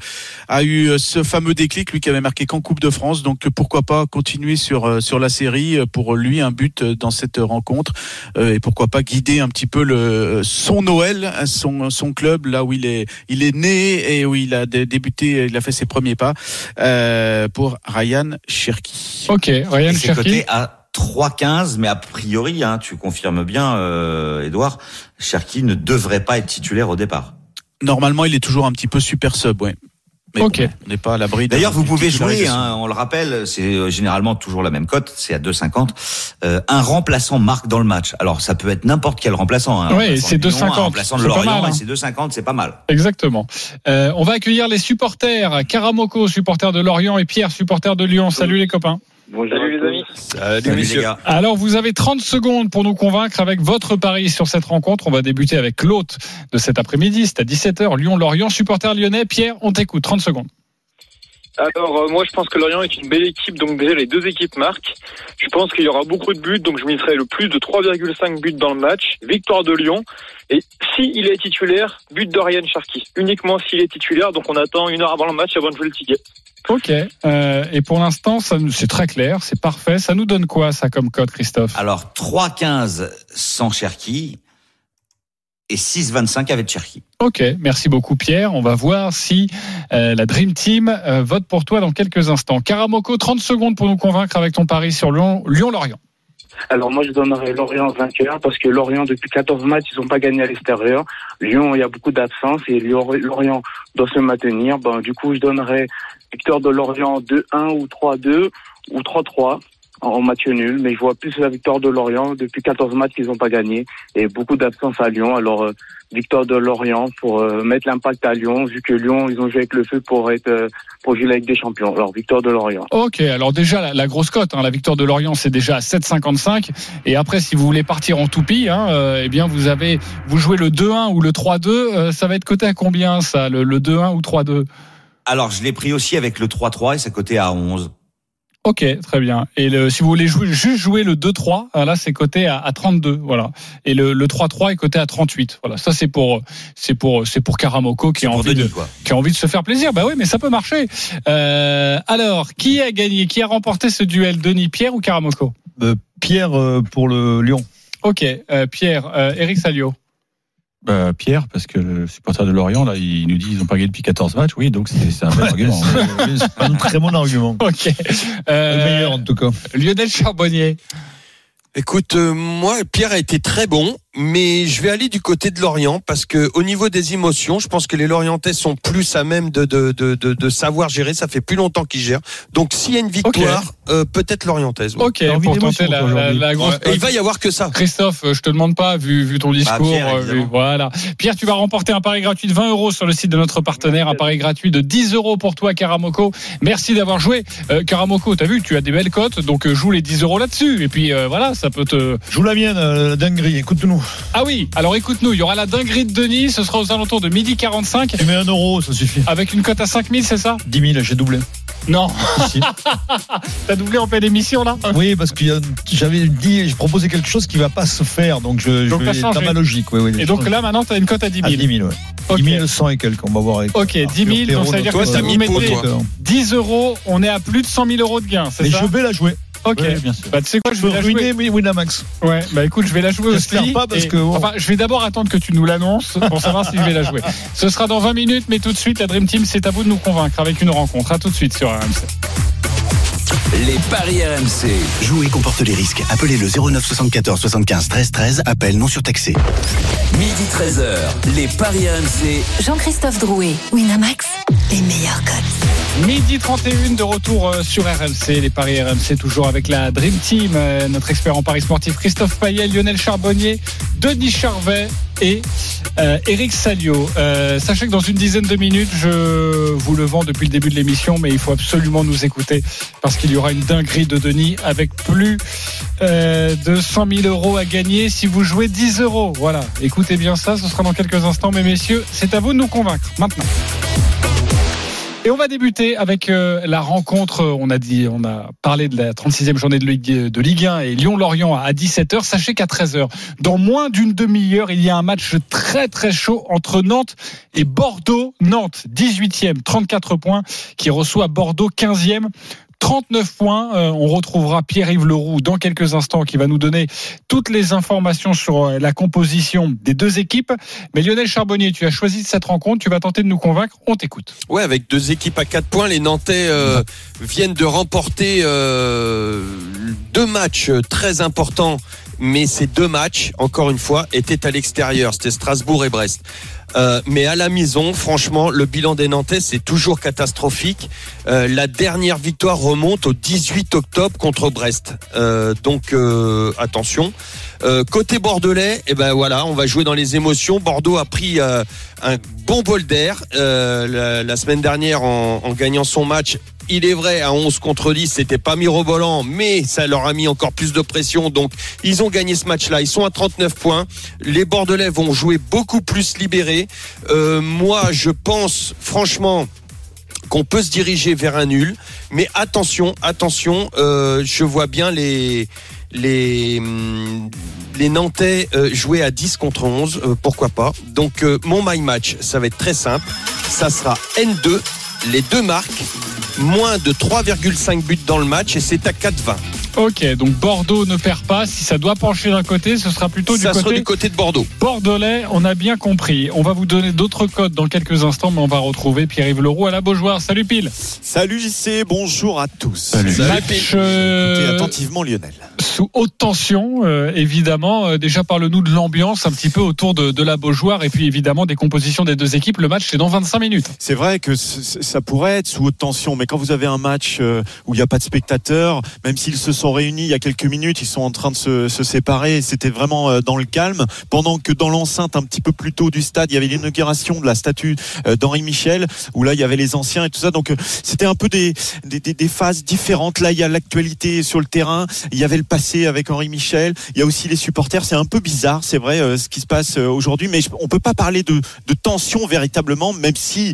Speaker 9: a eu euh, ce fameux déclic, lui qui avait marqué qu'en Coupe de France. Donc euh, pourquoi pas continuer sur euh, sur la série euh, pour lui un but euh, dans cette rencontre Euh, et pourquoi pas guider un petit peu le son Noël, hein, son son club là où il est il est né et où il a dé- débuté, il a fait ses premiers pas euh, pour Ryan Cherky.
Speaker 1: Ok, Ryan
Speaker 4: Et c'est
Speaker 1: Cherki.
Speaker 4: coté à 3,15, mais a priori, hein, tu confirmes bien, euh, Edouard, Cherki ne devrait pas être titulaire au départ.
Speaker 9: Normalement, il est toujours un petit peu super sub, ouais. Mais
Speaker 1: Ok.
Speaker 9: bon, on n'est pas à l'abri. d'un-
Speaker 4: D'ailleurs, vous
Speaker 9: d'une
Speaker 4: pouvez jouer,
Speaker 9: titularisation.
Speaker 4: hein, on le rappelle, c'est euh, généralement toujours la même cote, c'est à 2,50. Euh, un remplaçant marque dans le match. Alors, ça peut être n'importe quel remplaçant. Hein, un
Speaker 1: Ouais,
Speaker 4: remplaçant
Speaker 1: c'est
Speaker 4: de Lyon,
Speaker 1: 2,50,
Speaker 4: Un remplaçant de
Speaker 1: c'est pas
Speaker 4: Lorient,
Speaker 1: mal, hein.
Speaker 4: et c'est 2,50, c'est pas mal.
Speaker 1: Exactement. Euh, on va accueillir les supporters. Karamoko, supporter de Lorient, et Pierre, supporter de Lyon. Salut les copains.
Speaker 10: Salut les amis.
Speaker 4: Salut, les gars.
Speaker 1: Alors, vous avez 30 secondes pour nous convaincre avec votre pari sur cette rencontre. On va débuter avec l'hôte de cet après-midi. C'est à 17h. Lyon-Lorient, supporter lyonnais. Pierre, on t'écoute. 30 secondes.
Speaker 10: Alors euh, moi je pense que Lorient est une belle équipe, donc déjà les deux équipes marquent. Je pense qu'il y aura beaucoup de buts, donc je m'y ferai le plus de 3,5 buts dans le match. Victoire de Lyon. Et si il est titulaire, but d'Oriane Sharkey. Uniquement s'il est titulaire, donc on attend une heure avant le match avant de jouer le ticket.
Speaker 1: Ok. Euh, et pour l'instant, ça nous- c'est très clair, c'est parfait. Ça nous donne quoi, ça, comme code, Christophe
Speaker 4: Alors, 3,15 sans Cherki et 6,25 avec Cherki.
Speaker 1: Ok. Merci beaucoup, Pierre. On va voir si euh, la Dream Team euh, vote pour toi dans quelques instants. Karamoko, 30 secondes pour nous convaincre avec ton pari sur Lyon- Lyon-Lorient.
Speaker 11: Alors moi je donnerais Lorient vainqueur parce que Lorient depuis 14 matchs ils n'ont pas gagné à l'extérieur. Lyon il y a beaucoup d'absences et Lor- Lorient doit se maintenir. Ben du coup je donnerais victoire de Lorient 2-1 ou 3-2 ou 3-3 en match nul, mais je vois plus la victoire de Lorient depuis 14 matchs qu'ils n'ont pas gagné et beaucoup d'absences à Lyon. Alors euh, victoire de Lorient pour euh, mettre l'impact à Lyon, vu que Lyon ils ont joué avec le feu pour être euh, pour jouer avec des champions. Alors victoire de Lorient.
Speaker 1: Ok, alors déjà la, la grosse cote, hein, la victoire de Lorient c'est déjà à 7,55. Et après, si vous voulez partir en toupie, hein, euh, eh bien vous avez vous jouez le 2-1 ou le 3-2, euh, ça va être coté à combien ça, le, le 2-1 ou 3-2
Speaker 4: Alors, je l'ai pris aussi avec le 3-3 et c'est coté à 11.
Speaker 1: Ok, très bien. Et le, si vous voulez jouer, juste jouer le 2-3, hein, là c'est coté à, à 32, voilà. Et le le 3-3 est coté à 38. Voilà, ça c'est pour c'est pour c'est pour Karamoko qui a
Speaker 4: Pour
Speaker 1: envie de
Speaker 4: Denis, quoi.
Speaker 1: qui a envie de se faire plaisir. Bah oui, mais ça peut marcher. Euh, alors, qui a gagné, qui a remporté ce duel, Denis Pierre ou Karamoko
Speaker 5: Euh, Pierre euh, pour le Lyon.
Speaker 1: Ok, euh, Pierre, euh, Eric Salio.
Speaker 5: Euh,
Speaker 7: Bah, Pierre, parce que le supporter de Lorient, là, il nous dit ils n'ont pas gagné depuis 14 matchs. Oui, donc c'est c'est un vrai argument.
Speaker 5: C'est un très bon argument.
Speaker 1: Ok.
Speaker 5: Le
Speaker 1: Euh,
Speaker 5: meilleur en tout cas.
Speaker 1: Lionel Charbonnier.
Speaker 8: Écoute, euh, moi, Pierre a été très bon, mais je vais aller du côté de Lorient parce que au niveau des émotions, je pense que les Lorientais sont plus à même de de, de, de, de savoir gérer. Ça fait plus longtemps qu'ils gèrent. Donc, s'il y a une victoire, euh, peut-être Lorientaise. ouais.
Speaker 1: Ok,
Speaker 5: T'as envie
Speaker 1: pour
Speaker 5: d'émotion,
Speaker 1: tenter la,
Speaker 5: toi,
Speaker 1: la,
Speaker 5: aujourd'hui.
Speaker 1: la grosse.
Speaker 8: Et il va y avoir que ça.
Speaker 1: Christophe, euh, je te demande pas, vu, vu
Speaker 5: Bah,
Speaker 1: ton discours.
Speaker 4: Pierre,
Speaker 1: euh, vu-
Speaker 4: évidemment.
Speaker 1: voilà. Pierre, tu vas remporter un pari gratuit de 20 euros sur le site de notre partenaire, un pari gratuit de 10 euros pour toi, Karamoko. Merci d'avoir joué. Euh, Karamoko, t'as vu, tu as des belles cotes, donc euh, joue les 10 euros là-dessus. Et puis euh, voilà, ça peut te.
Speaker 5: Joue la mienne, euh, la dinguerie, écoute-nous.
Speaker 1: Ah oui, alors écoute-nous, il y aura la dinguerie de Denis, ce sera aux alentours de midi 45,
Speaker 5: Tu mets un euro, ça suffit.
Speaker 1: avec une cote à 5000, c'est ça
Speaker 5: 10 000, j'ai doublé.
Speaker 1: Non.
Speaker 5: Si. Ah,
Speaker 1: T'as doublé en pleine émission là
Speaker 5: Oui, parce que j'avais dit, je proposais quelque chose qui va pas se faire, donc je,
Speaker 1: Donc
Speaker 5: je
Speaker 1: t'as
Speaker 5: vais
Speaker 1: changé.
Speaker 5: dans ma logique. Oui, oui,
Speaker 1: Et donc là, maintenant, t'as une cote à 10
Speaker 5: à
Speaker 1: 000.
Speaker 5: 10 000, ouais.
Speaker 1: Ok.
Speaker 5: 10 000, 100 et quelques, on va voir. Avec
Speaker 1: Ok, 10 000, donc ça veut dire
Speaker 8: Toi,
Speaker 1: que
Speaker 8: t'as
Speaker 1: si
Speaker 8: mis
Speaker 1: vous
Speaker 8: pot,
Speaker 1: mettez
Speaker 8: toi.
Speaker 1: 10 euros, on est à plus de 100 000 euros de gain, c'est
Speaker 5: Mais
Speaker 1: ça
Speaker 5: je vais la jouer.
Speaker 1: Ok.
Speaker 7: Ouais, bien sûr.
Speaker 1: Bah, tu sais quoi, je
Speaker 5: Je veux
Speaker 1: vais la jouer.
Speaker 5: ruiner Win- Winamax.
Speaker 1: Ouais, bah écoute, je vais la jouer aussi.
Speaker 5: J'espère pas, parce
Speaker 1: Et-
Speaker 5: que, oh. bon.
Speaker 1: Enfin, je vais d'abord attendre que tu nous l'annonces pour savoir si je vais la jouer. Ce sera dans 20 minutes, mais tout de suite, la Dream Team, c'est à vous de nous convaincre avec une rencontre. À tout de suite sur RMC.
Speaker 6: Les paris RMC.
Speaker 12: Jouer comporte les risques. Appelez le 09 74 75 13 13. Appel non surtaxé.
Speaker 6: Midi 13h, les paris RMC
Speaker 2: Jean-Christophe Drouet, Winamax, les meilleurs cotes.
Speaker 1: Midi 31 de retour euh, sur RMC, les paris RMC toujours avec la Dream Team, euh, notre expert en paris sportif Christophe Payet, Lionel Charbonnier, Denis Charvet et euh, Eric Salio. Euh, sachez que dans une dizaine de minutes, je vous le vends depuis le début de l'émission, mais il faut absolument nous écouter parce qu'il y aura une dinguerie de Denis avec plus euh, de 100 000 euros à gagner si vous jouez 10 euros. Voilà, écoutez bien ça, ce sera dans quelques instants, mais messieurs, c'est à vous de nous convaincre maintenant. Et on va débuter avec euh, la rencontre. On a dit, on a parlé de la 36e journée de Ligue, euh, de Ligue 1 et Lyon-Lorient à 17h. Sachez qu'à 13h, dans moins d'une demi-heure, il y a un match très très chaud entre Nantes et Bordeaux. Nantes, 18e, 34 points, qui reçoit Bordeaux, 15e. 39 points, Euh, on retrouvera Pierre-Yves Leroux dans quelques instants qui va nous donner toutes les informations sur euh, la composition des deux équipes. Mais Lionel Charbonnier, tu as choisi cette rencontre, tu vas tenter de nous convaincre, on t'écoute.
Speaker 8: Ouais, avec deux équipes à quatre points, les Nantais euh, viennent de remporter euh, deux matchs euh, très importants, mais ces deux matchs, encore une fois, étaient à l'extérieur. C'était Strasbourg et Brest. Euh, mais à la maison, franchement, le bilan des Nantais, c'est toujours catastrophique. Euh, la dernière victoire remonte au 18 octobre contre Brest. Euh, donc euh, attention. Euh, côté bordelais, eh ben voilà, on va jouer dans les émotions. Bordeaux a pris euh, un bon bol d'air euh, la, la semaine dernière en, en gagnant son match. Il est vrai, à 11 contre 10, c'était pas mirobolant, mais ça leur a mis encore plus de pression. Donc, ils ont gagné ce match-là. Ils sont à 39 points. Les Bordelais vont jouer beaucoup plus libérés. Euh, moi, je pense, franchement, qu'on peut se diriger vers un nul. Mais attention, attention, euh, je vois bien les les hum, les Nantais euh, jouer à 10 contre 11, euh, pourquoi pas. Donc euh, mon my match, ça va être très simple. Ça sera N2, les deux marques, moins de 3,5 buts dans le match et c'est à 4,20.
Speaker 1: Ok, donc Bordeaux ne perd pas. Si ça doit pencher d'un côté, ce sera plutôt du
Speaker 8: Ça sera
Speaker 1: côté
Speaker 8: du côté de Bordeaux.
Speaker 1: bordelais. On a bien compris. On va vous donner d'autres codes dans quelques instants, mais on va retrouver Pierre-Yves Leroux à la Beaujoire. Salut Pile.
Speaker 13: Salut JC, bonjour à tous.
Speaker 7: Salut.
Speaker 1: Match euh,
Speaker 13: Écoutez attentivement Lionel.
Speaker 1: sous haute tension, euh, évidemment. Euh, Déjà parle-nous de l'ambiance un petit peu autour de, de la Beaujoire et puis évidemment des compositions des deux équipes. Le match c'est dans 25 minutes.
Speaker 13: C'est vrai que c- c- ça pourrait être sous haute tension, mais quand vous avez un match euh, où il n'y a pas de spectateurs, même s'ils se
Speaker 8: sont réunis il y a quelques minutes. Ils sont en train de se, se séparer. C'était vraiment euh, dans le calme. Pendant que dans l'enceinte, un petit peu plus tôt du stade, il y avait l'inauguration de la statue euh, d'Henri Michel, où là, il y avait les anciens et tout ça. Donc, euh, c'était un peu des, des, des- des phases différentes. Là, il y a l'actualité sur le terrain. Il y avait le passé avec Henri Michel. Il y a aussi les supporters. C'est un peu bizarre, c'est vrai, euh, ce qui se passe euh, aujourd'hui. Mais je- on peut pas parler de, de tension véritablement, même si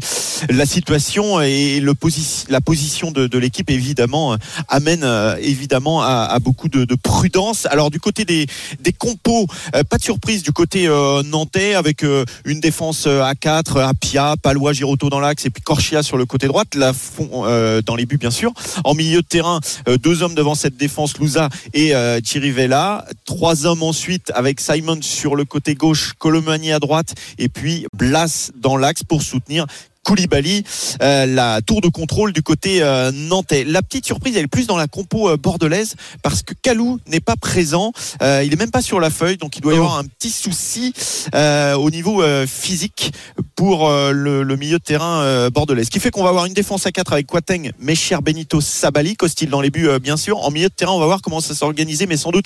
Speaker 8: la situation et le posi- la position de, de l'équipe évidemment euh, amène euh, évidemment à, à beaucoup de, de prudence. Alors du côté des, des compos, euh, pas de surprise du côté euh, nantais avec euh, une défense euh, à 4, à Pia, Palois, Giroto dans l'axe et puis Corchia sur le côté droite, la fond, euh, dans les buts bien sûr. En milieu de terrain, euh, deux hommes devant cette défense, Louza et euh, Chirivella. Trois hommes ensuite avec Simon sur le côté gauche, Colomani à droite et puis Blas dans l'axe pour soutenir Koulibaly, euh, la tour de contrôle du côté euh, nantais. La petite surprise, elle est plus dans la compo euh, bordelaise parce que Kalou n'est pas présent. Euh, il est même pas sur la feuille, donc il doit y avoir un petit souci euh, au niveau euh, physique pour euh, le, le milieu de terrain euh, bordelais. Ce qui fait qu'on va avoir une défense à 4 avec Quateng, Mecher, Benito, Sabali, Costil dans les buts, euh, bien sûr. En milieu de terrain, on va voir comment ça s'organise, mais sans doute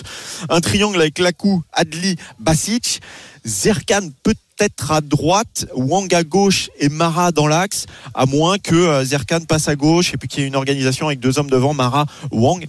Speaker 8: un triangle avec Lakou, Adli, Basic. Zerkan peut-être à droite, Wang à gauche et Mara dans l'axe, à moins que euh, Zerkan passe à gauche et puis qu'il y ait une organisation avec deux hommes devant, Mara, Wang.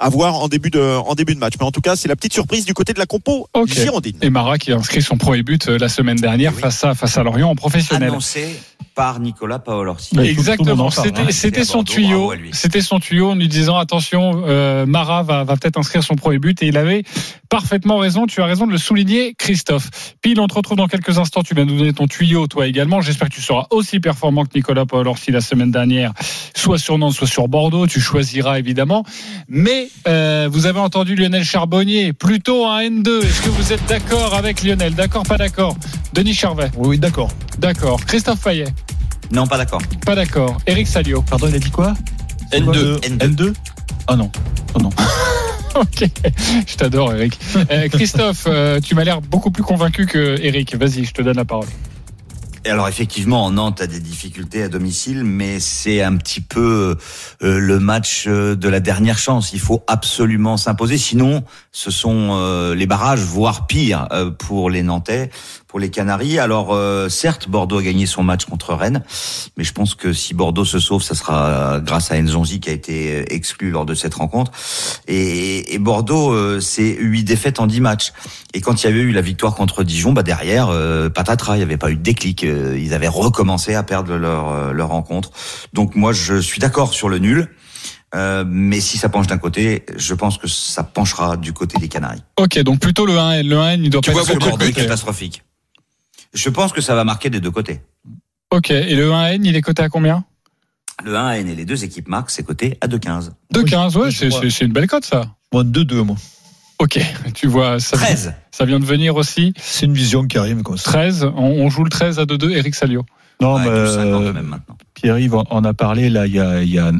Speaker 8: À voir en début de, en début de match. Mais en tout cas, c'est la petite surprise du côté de la compo
Speaker 1: Ok.
Speaker 8: girondine.
Speaker 1: Et Mara qui a inscrit son premier but euh, la semaine dernière face, à, face à Lorient en professionnel.
Speaker 4: Annoncé par Nicolas Paolorsi.
Speaker 1: Exactement, c'était
Speaker 4: Voilà,
Speaker 1: c'était
Speaker 4: à
Speaker 1: son
Speaker 4: Bordeaux, bravo
Speaker 1: tuyau,
Speaker 4: à lui.
Speaker 1: c'était son tuyau en lui disant attention, euh, Mara va, va peut-être inscrire son premier but et il avait parfaitement raison. Tu as raison de le souligner, Christophe. Pile, on te retrouve dans quelques instants. Tu vas nous donner ton tuyau, toi également. J'espère que tu seras aussi performant que Nicolas Paul Orsi la semaine dernière, soit sur Nantes, soit sur Bordeaux. Tu choisiras évidemment. Mais euh, vous avez entendu Lionel Charbonnier, plutôt un N2. Est-ce que vous êtes d'accord avec Lionel D'accord, pas d'accord Denis Charvet
Speaker 5: Oui, oui, d'accord.
Speaker 1: D'accord. Christophe Payet
Speaker 4: Non, pas d'accord.
Speaker 1: Pas d'accord. Eric Salio
Speaker 7: Pardon, il a dit quoi
Speaker 4: N2.
Speaker 1: Euh,
Speaker 4: N2.
Speaker 7: N2 Ah non.
Speaker 1: Ok, je t'adore Eric. Euh, Christophe, euh, tu m'as l'air beaucoup plus convaincu que Eric. Vas-y, je te donne la parole.
Speaker 4: Et alors effectivement, Nantes a des difficultés à domicile, mais c'est un petit peu euh, le match euh, de la dernière chance. Il faut absolument s'imposer, sinon ce sont euh, les barrages, voire pire euh, pour les Nantais, pour les Canaries. Alors euh, certes, Bordeaux a gagné son match contre Rennes, mais je pense que si Bordeaux se sauve, ça sera grâce à Nzonzi qui a été euh, exclu lors de cette rencontre. Et, et Bordeaux, euh, c'est huit défaites en 10 matchs. Et quand il y avait eu la victoire contre Dijon, bah derrière, euh, patatras, il n'y avait pas eu de déclic. Euh, ils avaient recommencé à perdre leur, euh, leur rencontre. Donc moi, je suis d'accord sur le nul. Euh, mais si ça penche d'un côté, je pense que ça penchera du côté des Canaries.
Speaker 1: Ok, donc plutôt le 1N. Le 1N, il doit
Speaker 4: Tu
Speaker 1: pas
Speaker 4: vois
Speaker 1: être
Speaker 4: beaucoup de
Speaker 1: compliqué.
Speaker 4: buts catastrophiques. Je pense que ça va marquer des deux côtés.
Speaker 1: Ok, et le 1N, il est coté à combien
Speaker 4: Le 1N et les deux équipes marquent, c'est coté à 2,15.
Speaker 1: 2,15, ouais, c'est-
Speaker 5: vois.
Speaker 1: c'est c'est une belle cote ça.
Speaker 5: Moi, 2-2, moi.
Speaker 1: Ok, tu vois, ça,
Speaker 4: 13
Speaker 1: ça vient de venir aussi.
Speaker 5: C'est une vision qui arrive comme ça.
Speaker 1: 13, on, on joue le 13 à 2-2, Eric Salio.
Speaker 7: Non,
Speaker 4: Ouais,
Speaker 7: mais,
Speaker 4: 12,50
Speaker 7: euh,
Speaker 4: même maintenant.
Speaker 7: Pierre-Yves en- en a parlé, là, il y a, il y a-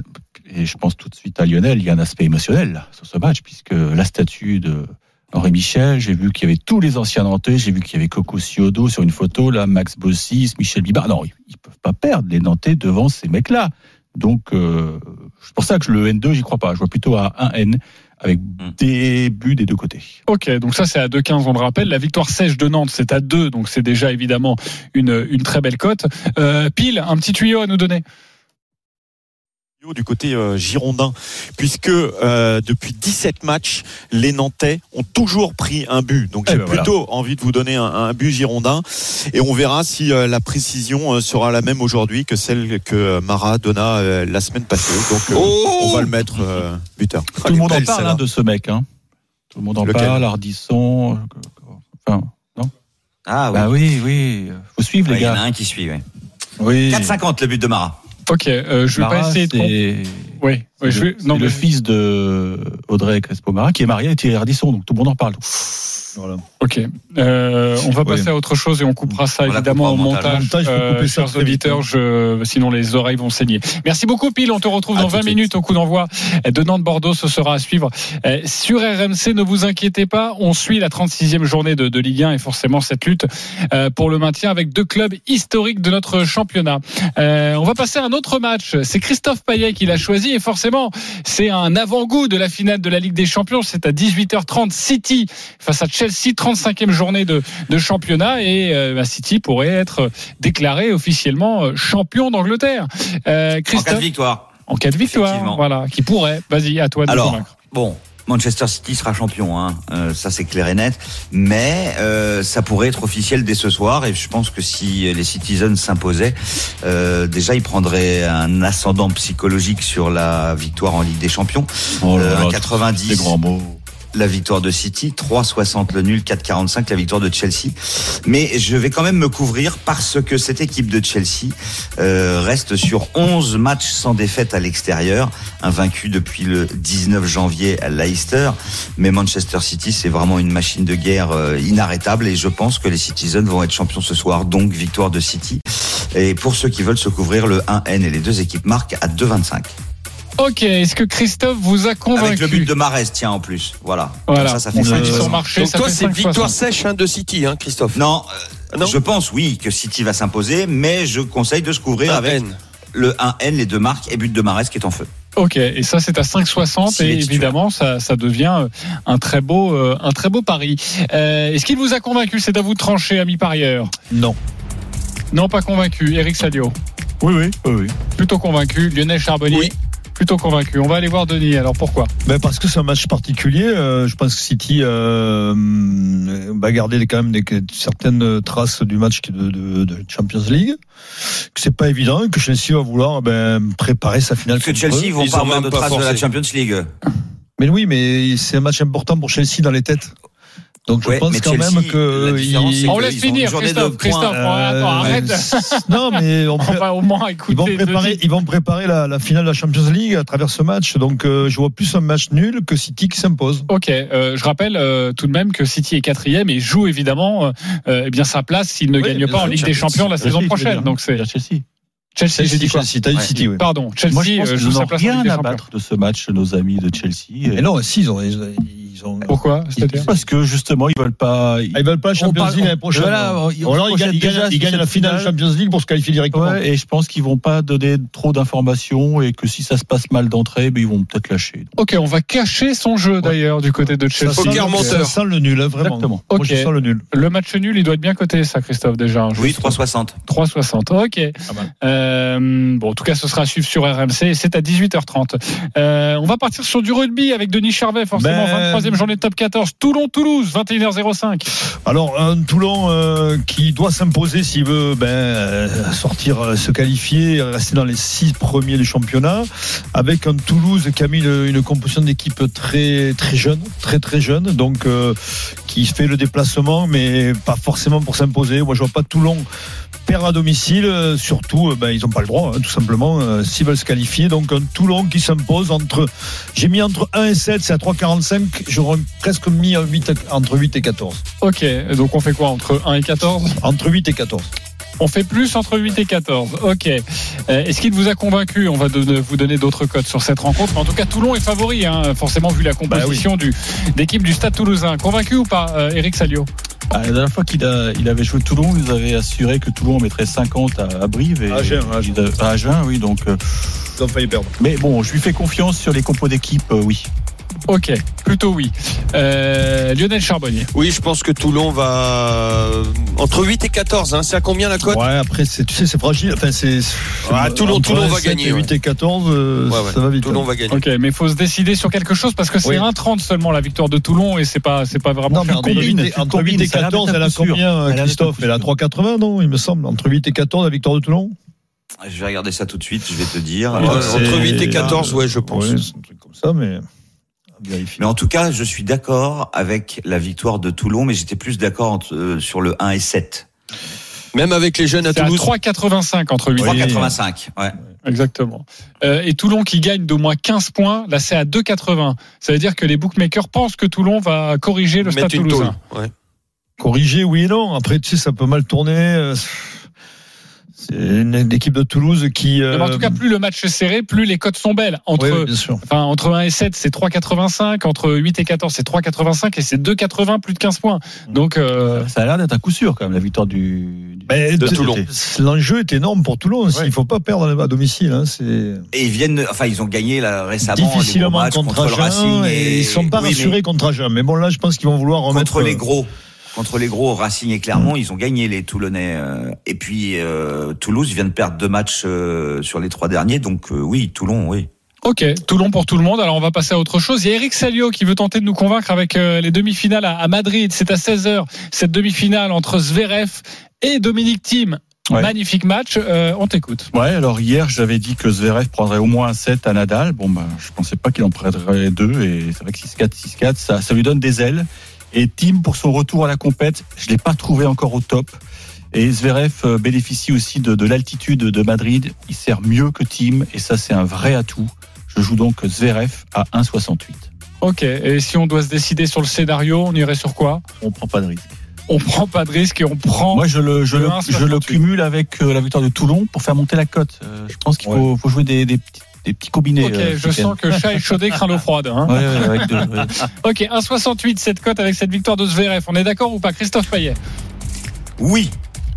Speaker 7: et je pense tout de suite à Lionel, il y a un aspect émotionnel là, sur ce match, puisque la statue de Henri Michel, j'ai vu qu'il y avait tous les anciens Nantais, j'ai vu qu'il y avait Coco Ciodo sur une photo, là, Max Bossis, Michel Bibard. Non, ils ils peuvent pas perdre les Nantais devant ces mecs-là. Donc, euh, c'est pour ça que le N2, j'y crois pas. Je vois plutôt à 1N avec des buts des deux côtés.
Speaker 1: Ok, donc ça c'est à 2,15, on le rappelle. La victoire sèche de Nantes, c'est à 2, donc c'est déjà évidemment une, une très belle cote. Euh, pile, un petit tuyau à nous donner.
Speaker 8: du côté euh, girondin, puisque euh, depuis 17 matchs, les Nantais ont toujours pris un but. Donc
Speaker 7: Eh
Speaker 8: j'ai
Speaker 7: ben voilà.
Speaker 8: plutôt envie de vous donner un, un but girondin, et on verra si euh, la précision euh, sera la même aujourd'hui que celle que euh, Mara donna euh, la semaine passée. Donc euh, on va le mettre euh, buteur.
Speaker 7: Tout le monde en parle hein, de ce mec. Hein. Tout le monde en
Speaker 8: Lequel
Speaker 7: parle, Ardisson. euh, Enfin,
Speaker 4: Ah oui,
Speaker 7: bah oui, oui. Faut suivre,
Speaker 4: Ouais,
Speaker 7: les
Speaker 4: il y en a
Speaker 7: gars.
Speaker 4: un qui suit. ouais.
Speaker 7: Oui.
Speaker 4: 4,50 le but de Marat.
Speaker 1: Ok, euh, je vais
Speaker 5: Bah,
Speaker 7: Mara,
Speaker 1: pas essayer de... comp-
Speaker 7: c'est-
Speaker 1: Oui, oui, je
Speaker 7: c'est
Speaker 1: vais...
Speaker 7: le-
Speaker 1: Non,
Speaker 7: c'est
Speaker 1: mais...
Speaker 7: le fils de Audrey Crespo-Mara qui est marié à Thierry Ardisson, donc tout le monde en parle. Voilà.
Speaker 1: Ok. Euh, on va
Speaker 5: Oui.
Speaker 1: passer à autre chose et on coupera ça
Speaker 4: On la
Speaker 1: évidemment au
Speaker 4: coupera au
Speaker 1: montage.
Speaker 4: montage.
Speaker 5: Montage, faut
Speaker 1: Euh,
Speaker 5: couper ça
Speaker 1: chers
Speaker 5: très vite. hein.
Speaker 1: auditeurs, je... sinon les oreilles vont saigner. Merci beaucoup, Pile. On te retrouve
Speaker 8: À
Speaker 1: dans
Speaker 8: tout de
Speaker 1: 20
Speaker 8: suite.
Speaker 1: minutes au coup d'envoi de Nantes-Bordeaux. Ce sera à suivre euh, sur RMC. Ne vous inquiétez pas. On suit la 36e journée de, de Ligue 1 et forcément cette lutte euh, pour le maintien avec deux clubs historiques de notre championnat. Euh, on va passer à un autre match. C'est Christophe Payet qui l'a choisi et forcément. forcément. C'est un avant-goût de la finale de la Ligue des Champions. C'est à 18h30 City face à Chelsea, 35e journée de, de championnat et euh, bah, City pourrait être déclaré officiellement euh, champion d'Angleterre. Euh,
Speaker 4: Christophe, en cas de victoire.
Speaker 1: En cas de victoire, voilà, qui pourrait. Vas-y, à toi de
Speaker 4: Alors,
Speaker 1: convaincre.
Speaker 4: bon, Manchester City sera champion, hein. Euh, ça c'est clair et net. Mais euh, ça pourrait être officiel dès ce soir. Et je pense que si les Citizens s'imposaient, euh, déjà ils prendraient un ascendant psychologique sur la victoire en Ligue des Champions.
Speaker 7: Oh là
Speaker 4: Euh,
Speaker 7: là,
Speaker 4: un 90.
Speaker 7: ces grands mots.
Speaker 4: La victoire de City, 3,60 le nul, 4,45 la victoire de Chelsea. Mais je vais quand même me couvrir parce que cette équipe de Chelsea euh, reste sur 11 matchs sans défaite à l'extérieur, invaincu depuis le 19 janvier à Leicester. Mais Manchester City, c'est vraiment une machine de guerre euh, inarrêtable et je pense que les Citizens vont être champions ce soir, donc victoire de City. Et pour ceux qui veulent se couvrir, le 1N et les deux équipes marquent à 2,25.
Speaker 1: Ok, est-ce que Christophe vous a convaincu
Speaker 4: Avec le but de Marès, tiens, en plus. Voilà. Comme
Speaker 1: Voilà.
Speaker 4: Ça, ça fait
Speaker 1: Euh,
Speaker 4: 5
Speaker 1: sur marché,
Speaker 8: Donc toi, c'est victoire sèche hein, de City, hein, Christophe.
Speaker 4: Non, euh, je pense, oui, que City va s'imposer, mais je conseille de se couvrir avec le 1N, les deux marques, et but de Marès qui est en feu.
Speaker 1: Ok, et ça c'est à 5,60
Speaker 4: S'il est
Speaker 1: et
Speaker 4: titulaire.
Speaker 1: évidemment ça, ça devient euh, un très beau, euh, un très beau pari. Euh, Est-ce qu'il vous a convaincu C'est à vous de trancher, ami parieur.
Speaker 5: Non.
Speaker 1: Non, pas convaincu. Eric Sadio,
Speaker 7: Oui, oui, oui. oui.
Speaker 1: plutôt convaincu. Lionel Charbonnier, plutôt convaincu. On va aller voir Denis. Alors pourquoi
Speaker 5: Ben parce que c'est un match particulier. euh, je pense que City euh, va garder quand même des, certaines traces du match qui- de, de- de Champions League. Que c'est pas évident et que Chelsea va vouloir ben, préparer sa finale.
Speaker 4: Parce que
Speaker 5: contre
Speaker 4: Chelsea, ils
Speaker 5: eux.
Speaker 4: vont pas avoir de traces de la Champions League.
Speaker 5: Mais oui, mais c'est un match important pour Chelsea dans les têtes. Donc je
Speaker 4: Ouais,
Speaker 5: pense
Speaker 4: mais
Speaker 5: quand
Speaker 4: Chelsea,
Speaker 5: même que
Speaker 4: la différence, c'est
Speaker 5: ils-
Speaker 4: que On laisse ils ont une finir, journée de Christophe, points. Christophe, attends, arrête.
Speaker 5: non, mais on,
Speaker 1: On va au moins
Speaker 5: ils vont
Speaker 1: écouter
Speaker 5: préparer,
Speaker 1: Denis.
Speaker 5: ils vont préparer la, la finale de la Champions League à travers ce match. Donc euh, je vois plus un match nul que City qui s'impose.
Speaker 1: Ok, euh, je rappelle euh, tout de même que City est quatrième et joue évidemment euh, euh, eh bien sa place s'il ne
Speaker 5: Oui,
Speaker 1: gagne
Speaker 5: bien
Speaker 1: pas en
Speaker 5: sûr,
Speaker 1: Ligue des
Speaker 5: Champions-
Speaker 1: Champions la
Speaker 5: Chelsea,
Speaker 1: saison
Speaker 5: je veux
Speaker 1: prochaine.
Speaker 5: dire.
Speaker 1: Donc c'est
Speaker 7: Chelsea.
Speaker 1: Chelsea, j'ai dit quoi
Speaker 5: Chelsea, t'as dit
Speaker 4: Ouais.
Speaker 5: City, oui.
Speaker 1: Pardon, Chelsea
Speaker 7: Moi, je pense
Speaker 1: euh,
Speaker 7: qu'ils
Speaker 1: joue sa
Speaker 7: n'ont
Speaker 1: place en Ligue
Speaker 7: rien
Speaker 1: des
Speaker 7: à
Speaker 1: Champions.
Speaker 7: battre de ce match, nos amis de Chelsea.
Speaker 5: Mais non, si, ils ont. Ils ont, ils ont-
Speaker 1: Pourquoi C'est-à-dire
Speaker 7: Parce que justement, ils veulent pas.
Speaker 5: Ah, ils veulent pas la
Speaker 7: On
Speaker 5: Champions
Speaker 7: parle-
Speaker 5: League l'année prochaine.
Speaker 7: Voilà,
Speaker 5: alors.
Speaker 7: ils-
Speaker 5: Ou alors ils
Speaker 7: on
Speaker 5: gagnent, ils
Speaker 7: projette
Speaker 5: gagnent-
Speaker 7: déjà
Speaker 5: ils gagnent la
Speaker 7: cette
Speaker 5: finale
Speaker 7: finale.
Speaker 5: Champions League pour se qualifier directement.
Speaker 7: Ouais, et je pense qu'ils vont pas donner trop d'informations et que si ça se passe mal d'entrée, ben, ils vont peut-être lâcher. Donc,
Speaker 1: Ok, on va cacher son jeu d'ailleurs du côté de Chelsea.
Speaker 5: Ça sent-
Speaker 8: Poker
Speaker 5: ça
Speaker 8: menteur.
Speaker 5: sent le nul, hein, vraiment.
Speaker 7: Exactement.
Speaker 5: Moi,
Speaker 1: Ok.
Speaker 5: je sens le nul.
Speaker 1: Le match nul, il doit être bien coté, ça, Christophe, déjà. hein,
Speaker 4: Oui,
Speaker 1: juste.
Speaker 4: 3,60.
Speaker 1: 3,60. Ok. Euh, bon, en tout cas, ce sera à suivre sur RMC. et C'est à 18h30. Euh, on va partir sur du rugby avec Denis Charvet, forcément.
Speaker 5: Ben-
Speaker 1: 23e journée de top 14. Toulon-Toulouse, 21h05.
Speaker 5: Alors, un Toulon euh, qui doit s'imposer s'il veut ben, euh, sortir, euh, se qualifier, rester dans les six premiers du championnat, avec un Toulouse qui a mis une, une composition d'équipe très très jeune, très très jeune, donc euh, qui fait le déplacement, mais pas forcément pour s'imposer. Moi, je vois pas Toulon perdre à domicile, euh, surtout, euh, ben, ils n'ont pas le droit, hein, tout simplement, euh, s'ils veulent se qualifier. Donc, un Toulon qui s'impose entre, j'ai mis entre 1 et 7, c'est à 3,45, j'aurais presque mis un 8, entre 8 et 14.
Speaker 1: Ok, donc on fait quoi entre 1 et 14
Speaker 5: Entre 8 et 14.
Speaker 1: On fait plus entre 8 et 14. Ok. Euh, Est-ce qu'il vous a convaincu On va donner- vous donner d'autres codes sur cette rencontre. Mais en tout cas, Toulon est favori, hein, forcément, vu la composition du d'équipe du Stade toulousain. Convaincu ou pas, euh, Eric Salio
Speaker 7: ah, la dernière fois qu'il a- il avait joué Toulon, ils avaient assuré que Toulon mettrait 50 à, à Brive. Et,
Speaker 5: À Agen, à Agen.
Speaker 7: ils a- à Agen, oui. Donc, euh,
Speaker 5: Ils ont failli perdre.
Speaker 7: mais bon, je lui fais confiance sur les compos d'équipe, euh, oui.
Speaker 1: Ok, plutôt oui. Euh, Lionel Charbonnier.
Speaker 8: Oui, je pense que Toulon va euh, entre 8 et 14. Hein. C'est à combien la cote
Speaker 5: Ouais, après, c'est- tu sais, c'est fragile. Enfin, c'est.
Speaker 8: Ah, Toulon-
Speaker 5: entre
Speaker 8: Toulon va
Speaker 5: 7 et
Speaker 8: gagner,
Speaker 5: 8 et 14, euh,
Speaker 8: Ouais, ouais.
Speaker 5: ça va vite.
Speaker 8: Toulon
Speaker 5: hein.
Speaker 8: va gagner.
Speaker 1: Ok, mais faut se décider sur quelque chose parce que c'est
Speaker 5: Oui.
Speaker 1: 1,30 seulement la victoire de Toulon et c'est pas c'est pas vraiment.
Speaker 5: Non, mais
Speaker 1: faire
Speaker 5: entre
Speaker 1: combine.
Speaker 5: 8 et,
Speaker 7: tu
Speaker 5: entre 8 et
Speaker 7: combines, ça a l'air
Speaker 5: 14,
Speaker 7: d'être
Speaker 5: elle
Speaker 7: un
Speaker 5: a
Speaker 7: peu sûr.
Speaker 5: combien, euh,
Speaker 7: Ça a l'air
Speaker 5: Christophe
Speaker 7: d'être un
Speaker 5: Elle a
Speaker 7: peu sûr.
Speaker 5: 3,80, non, il me semble. Entre 8 et 14, la victoire de Toulon
Speaker 4: Je vais regarder ça tout de suite, je vais te dire.
Speaker 8: Ouais,
Speaker 4: Euh,
Speaker 5: c'est-
Speaker 8: entre 8 et 14, ouais, je pense.
Speaker 5: Ouais, c'est un truc comme ça, mais. à vérifier.
Speaker 4: Mais en tout cas, je suis d'accord avec la victoire de Toulon, mais j'étais plus d'accord entre- euh, sur le 1 et 7.
Speaker 8: Même avec les jeunes à
Speaker 1: C'est à
Speaker 8: Toulouse.
Speaker 1: 3,85 entre 8 et
Speaker 4: 3,85. Ouais.
Speaker 1: Exactement. Euh, et Toulon qui gagne d'au moins 15 points, là c'est à 2,80. Ça veut dire que les bookmakers pensent que Toulon va corriger le stade
Speaker 8: Mettre une tôle.
Speaker 1: toulousain.
Speaker 8: Ouais.
Speaker 5: Corriger, oui et non. Après, tu sais, ça peut mal tourner. euh, C'est une une équipe de Toulouse qui.
Speaker 1: Mais en tout
Speaker 7: Euh,
Speaker 1: cas, plus le match est serré, plus les cotes sont belles. Entre,
Speaker 5: oui, oui, bien sûr.
Speaker 1: enfin, entre 1 et 7, c'est 3,85. Entre 8 et 14, c'est
Speaker 7: Mm.
Speaker 1: 3,85. Et c'est 2,80, plus de 15 points. Donc, euh,
Speaker 7: Ça a l'air d'être un coup sûr, quand même, la victoire du,
Speaker 5: Mais
Speaker 8: de
Speaker 5: t-
Speaker 8: Toulon.
Speaker 5: t- L'enjeu est énorme pour Toulon. Il ne faut pas perdre à domicile. hein, c'est
Speaker 4: Et ils viennent, enfin, ils ont gagné là, récemment les gros
Speaker 5: difficilement
Speaker 4: matchs le
Speaker 5: contre, Agen.
Speaker 4: Racing
Speaker 5: et ils sont pas
Speaker 4: Oui, mais
Speaker 5: rassurés contre Agen. Mais bon, là, je pense qu'ils vont euh, vouloir remettre
Speaker 4: contre les gros. Contre les gros, Racing et Clermont, ils ont gagné les Toulonnais. euh, Et puis euh, Toulouse vient de perdre deux matchs euh, sur les trois derniers, donc euh, oui, Toulon, oui.
Speaker 1: Ok, Toulon pour tout le monde. Alors on va passer à autre chose. Il y a Eric Salio qui veut tenter de nous convaincre avec euh, les demi-finales à, à Madrid. C'est à 16h cette demi-finale entre Zverev et Dominique Thiem.
Speaker 7: Ouais.
Speaker 1: Magnifique match. Euh, on t'écoute.
Speaker 7: Ouais, alors hier, j'avais dit que Zverev prendrait au moins un 7 à Nadal. Bon, ben, je pensais pas qu'il en prendrait deux. Et c'est vrai que 6-4, 6-4, ça, ça lui donne des ailes. Et Tim, pour son retour à la compète, je l'ai pas trouvé encore au top. Et Zverev euh, bénéficie aussi de, de l'altitude de Madrid. Il sert mieux que Tim. Et ça, c'est un vrai atout. Je joue donc Zverev à 1,68.
Speaker 1: Ok. Et si on doit se décider sur le scénario, on irait sur quoi
Speaker 7: On prend pas de risque.
Speaker 1: On prend pas de risque et on prend.
Speaker 7: Moi, je le, je
Speaker 1: le
Speaker 7: le,
Speaker 1: 1,68.
Speaker 7: je le cumule avec euh, la victoire de Toulon pour faire monter la cote. Euh, je pense qu'il faut, faut jouer des, des petits, des petits combinés.
Speaker 1: Ok,
Speaker 7: euh,
Speaker 1: je sens que chat échaudé craint l'eau froide. hein.
Speaker 7: Ouais, ouais, avec deux, ouais.
Speaker 1: Ok, 1,68 cette cote avec cette victoire de Zverev. On est d'accord ou pas, Christophe Payet
Speaker 4: Oui.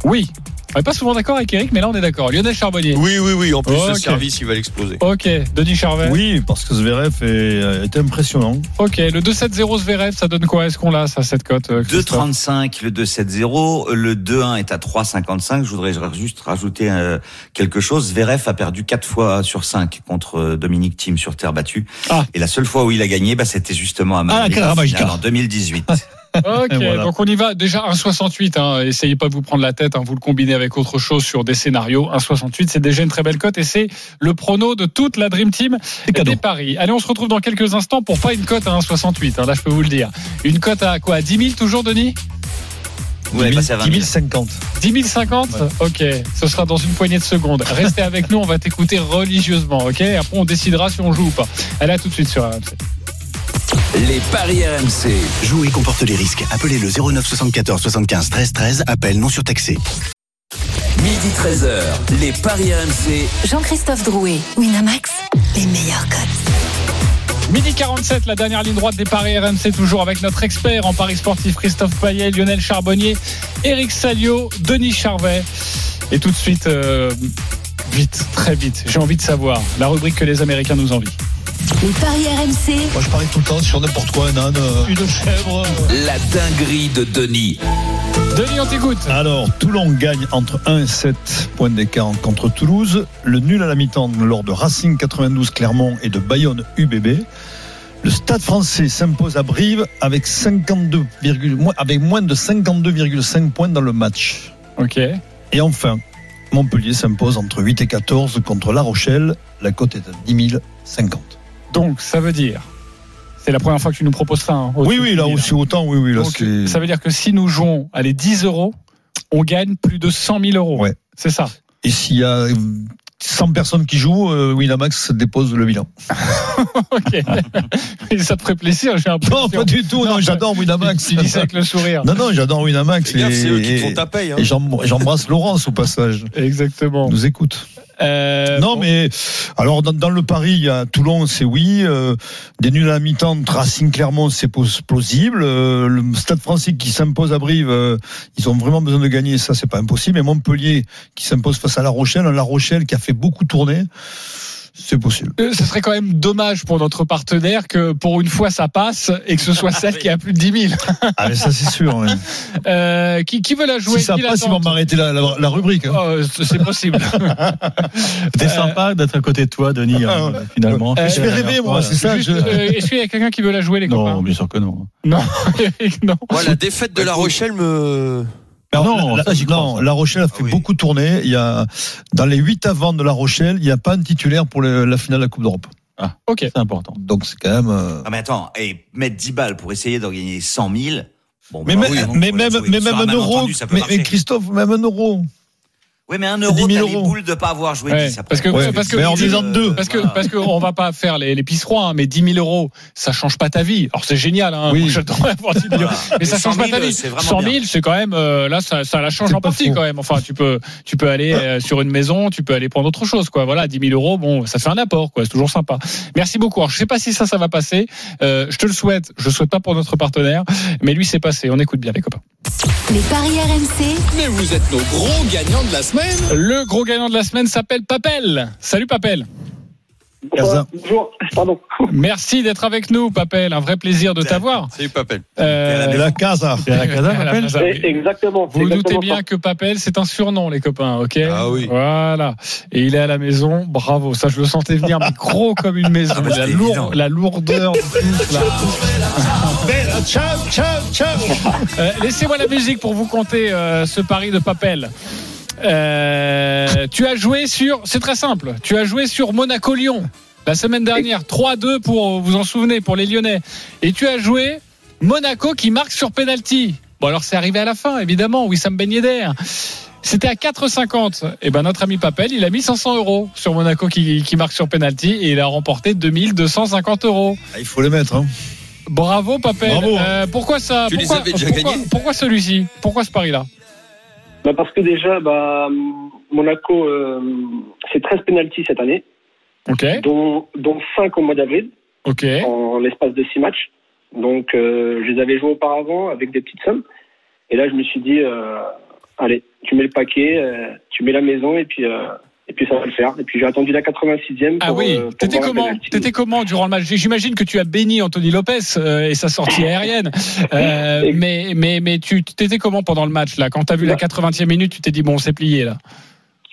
Speaker 1: Oui. On n'est pas souvent d'accord avec Eric, mais là on est d'accord. Lionel Charbonnier.
Speaker 8: Oui, oui, oui. En plus,
Speaker 1: Ok.
Speaker 8: le service, il va l'exploser.
Speaker 1: Ok, Denis Charvet.
Speaker 5: euh, Oui, parce que Zverev est, est impressionnant.
Speaker 1: Ok, le 2-7-0 Zverev, ça donne quoi Est-ce qu'on l'a, ça, cette cote euh, Christophe
Speaker 4: 2,35 le 2,70, le 2,1 est à 3,55. Je voudrais juste rajouter euh, quelque chose. Zverev a perdu 4 fois sur 5 contre euh, Dominique Thiem sur terre battue.
Speaker 1: Ah.
Speaker 4: Et la seule fois où il a gagné, bah, c'était justement à Madrid,
Speaker 5: la Krabajica.
Speaker 4: finale en 2018.
Speaker 1: Ok,
Speaker 5: Et voilà.
Speaker 1: donc on y va. Déjà 1,68. Hein. Essayez pas de vous prendre la tête. hein. Vous le combinez avec autre chose sur des scénarios. 1,68, c'est déjà une très belle cote et c'est le prono de toute la Dream Team
Speaker 7: cadeau.
Speaker 1: des paris. Allez, on se retrouve dans quelques instants pour pas une cote à 1,68. hein. Là, je peux vous le dire. Une cote à quoi 10 000 toujours, Denis
Speaker 4: Vous avez passé à 20 000.
Speaker 5: 50.
Speaker 1: 10 050 Ok, ce sera dans une poignée de secondes. Restez avec nous, on va t'écouter religieusement, ok Après, on décidera si on joue ou pas. Allez, à tout de suite sur RMC.
Speaker 6: Les paris RMC.
Speaker 12: Jouer comporte les risques. Appelez le 09 74 75 13 13. Appel non surtaxé.
Speaker 6: Midi 13h, les paris RMC.
Speaker 2: Jean-Christophe Drouet, Winamax, les meilleurs codes.
Speaker 1: Midi 47, la dernière ligne droite des paris RMC, toujours avec notre expert en paris sportif Christophe Payet, Lionel Charbonnier, Eric Salio, Denis Charvet. Et tout de suite, euh, vite, très vite, j'ai envie de savoir la rubrique que les Américains nous envient.
Speaker 2: Les paris RMC,
Speaker 5: Moi, je parie tout le temps sur n'importe quoi, un âne. euh,
Speaker 1: Une chèvre.
Speaker 6: La dinguerie de Denis.
Speaker 1: Denis, on t'écoute.
Speaker 5: Alors, Toulon gagne entre 1 et 7 points d'écart contre Toulouse. Le nul à la mi-temps lors de Racing 92 Clermont et de Bayonne UBB. Le Stade français s'impose à Brive avec, 52, virgule- moins- avec moins de 52,5 points dans le match.
Speaker 1: Ok.
Speaker 5: Et enfin, Montpellier s'impose entre 8 et 14 contre La Rochelle. La cote est à 10 050.
Speaker 1: Donc, ça veut dire. C'est la première fois que tu nous proposes ça. hein, au-
Speaker 5: Oui, oui, là aussi autant, oui, oui, là
Speaker 1: Donc,
Speaker 5: c'est.
Speaker 1: ça veut dire que si nous jouons allez, 10 euros, on gagne plus de 100 000 euros.
Speaker 5: Ouais.
Speaker 1: C'est ça.
Speaker 5: Et s'il y a euh, 100 personnes qui jouent, euh, Winamax dépose le bilan.
Speaker 1: Ok. Mais ça te ferait plaisir, j'ai un peu.
Speaker 5: Non, pas du tout.
Speaker 1: Non,
Speaker 5: Non, j'adore Winamax.
Speaker 1: Tu dis ça avec le sourire.
Speaker 5: Non, non, j'adore Winamax.
Speaker 8: Fais gaffe, c'est eux qui
Speaker 5: et-
Speaker 8: te font ta paye. hein.
Speaker 5: Oh, et j'em- j'embrasse Laurence au passage.
Speaker 1: Exactement.
Speaker 5: Elle nous écoute.
Speaker 1: Euh,
Speaker 5: non,
Speaker 1: bon,
Speaker 5: mais alors dans, dans le Paris, il y a Toulon, c'est oui. euh, des nuls à la mi-temps, Racing Clermont, c'est pos- plausible. euh, le Stade français qui s'impose à Brive, euh, ils ont vraiment besoin de gagner, ça, c'est pas impossible. Et Montpellier qui s'impose face à La Rochelle, un La Rochelle qui a fait beaucoup tourner, c'est possible.
Speaker 1: euh, Ce serait quand même dommage pour notre partenaire que pour une fois ça passe et que ce soit celle qui a plus de 10 000.
Speaker 5: Ah, mais ça, c'est sûr. ouais.
Speaker 1: Euh, qui, qui veut la jouer
Speaker 5: Si ça
Speaker 1: Qui la
Speaker 5: passe, ils vont
Speaker 1: tente
Speaker 5: m'arrêter la, la- la rubrique. hein.
Speaker 1: Oh, C'est possible.
Speaker 7: C'était
Speaker 1: Oh.
Speaker 7: sympa d'être à côté de toi, Denis, hein, finalement.
Speaker 1: Euh,
Speaker 5: je vais rêver, moi, c'est ça.
Speaker 1: Juste,
Speaker 5: je-
Speaker 1: euh, Est-ce qu'il y a quelqu'un qui veut la jouer, les
Speaker 7: Non,
Speaker 1: copains
Speaker 7: bien sûr que non.
Speaker 1: Non. non.
Speaker 8: Moi, la défaite de La Rochelle me.
Speaker 7: Non,
Speaker 5: Alors, la,
Speaker 7: ça, j'y
Speaker 5: non,
Speaker 7: crois, ça.
Speaker 5: La Rochelle a fait
Speaker 4: Ah oui.
Speaker 5: beaucoup tourner. Il y a, dans les huit avant de La Rochelle, il n'y a pas un titulaire pour le- la finale de la Coupe d'Europe.
Speaker 1: Ok.
Speaker 7: C'est important.
Speaker 5: Donc c'est quand même. euh,
Speaker 4: Ah mais attends, et mettre 10 balles pour essayer d'en gagner 100 000. Bon,
Speaker 5: Mais,
Speaker 4: bah
Speaker 5: même,
Speaker 4: oui, on
Speaker 5: mais
Speaker 4: peut
Speaker 5: même,
Speaker 4: la jouer.
Speaker 5: mais
Speaker 4: Sur
Speaker 5: même
Speaker 4: un
Speaker 5: un euro,
Speaker 4: malentendu, ça peut
Speaker 5: mais, mais
Speaker 4: marcher.
Speaker 5: Christophe, même un euro.
Speaker 4: Oui, mais un euro, t'as les boules de pas avoir joué
Speaker 1: Ouais,
Speaker 4: 10 après.
Speaker 1: parce que, parce que,
Speaker 4: Mais
Speaker 1: parce que-
Speaker 4: euh,
Speaker 1: Parce que,
Speaker 4: voilà.
Speaker 1: parce que on va pas faire les, les pisserons, hein, mais 10 000 euros, ça change pas ta vie. Alors c'est génial, hein.
Speaker 5: Oui.
Speaker 1: moi, J'adorerais avoir 10 000 euros. Mais
Speaker 4: Et
Speaker 1: ça
Speaker 4: 100
Speaker 1: change pas
Speaker 4: 000,
Speaker 1: ta vie.
Speaker 4: c'est vraiment
Speaker 1: 100 000, c'est quand même, euh, là, ça, ça la change en partie quand même. Enfin, tu peux, tu peux aller euh, sur une maison, tu peux aller prendre autre chose, quoi. Voilà, 10 000 euros, bon, ça fait un apport, quoi. C'est toujours sympa. Merci beaucoup. Alors, je sais pas si ça, ça va passer. Euh, je te le souhaite. Je le souhaite pas pour notre partenaire, mais lui, c'est passé. On écoute bien, les copains.
Speaker 2: Les paris RMC.
Speaker 14: Mais vous êtes nos gros gagnants de la semaine.
Speaker 1: Le gros gagnant de la semaine s'appelle Papel. Salut, Papel.
Speaker 9: Bonjour, pardon.
Speaker 1: Merci d'être avec nous, Papel. Un vrai plaisir de t'avoir.
Speaker 8: Salut, Papel.
Speaker 1: Euh,
Speaker 5: la casa.
Speaker 1: C'est à la casa, Papel
Speaker 9: Et- Exactement. c'est
Speaker 1: Vous vous doutez
Speaker 9: exactement
Speaker 1: bien
Speaker 9: ça.
Speaker 1: que Papel, c'est un surnom, les copains, ok Ah oui. Voilà. Et il est à la maison, bravo. Ça, je le sentais venir, mais gros comme une maison.
Speaker 14: mais
Speaker 1: La,
Speaker 14: c'était
Speaker 1: lourde-
Speaker 14: évident.
Speaker 1: la lourdeur de tout, là. Euh, Laissez-moi la musique pour vous compter ce pari de Papel. Euh, tu as joué sur, c'est très simple, tu as joué sur Monaco-Lyon la semaine dernière, 3-2 pour, vous en souvenez, pour les Lyonnais. Et tu as joué Monaco qui marque sur penalty. Bon alors c'est arrivé à la fin, évidemment, Wissam Ben Yedder. C'était à 4,50. Et ben notre ami Papel, il a mis 500 euros sur Monaco qui, qui marque sur penalty et il a remporté 2250 euros.
Speaker 5: Il faut le mettre. Hein.
Speaker 1: Bravo Papel.
Speaker 5: Bravo.
Speaker 1: Euh, pourquoi ça
Speaker 5: Tu les
Speaker 1: pourquoi,
Speaker 5: avais déjà
Speaker 1: pourquoi-
Speaker 5: gagnés
Speaker 1: Pourquoi celui-ci Pourquoi ce pari-là
Speaker 9: Bah, parce que déjà, bah, Monaco, euh, c'est 13 pénalties cette année,
Speaker 1: Ok.
Speaker 9: dont, dont 5 au mois d'avril,
Speaker 1: Ok.
Speaker 9: en l'espace de 6 matchs. Donc, euh, je les avais joués auparavant avec des petites sommes. Et là, je me suis dit, euh, allez, tu mets le paquet, euh, tu mets la maison, et puis, euh, et puis ça va le faire. Et puis, j'ai attendu la 86e.
Speaker 1: Ah
Speaker 9: pour,
Speaker 1: oui,
Speaker 9: euh, pour
Speaker 1: t'étais
Speaker 9: voir la
Speaker 1: comment
Speaker 9: pénalty.
Speaker 1: T'étais comment durant le match J'imagine que tu as béni Anthony Lopez euh, et sa sortie aérienne. Euh, mais mais mais tu t'étais comment pendant le match là Quand t'as vu
Speaker 9: Bah.
Speaker 1: la 80e minute, tu t'es dit bon, c'est plié là.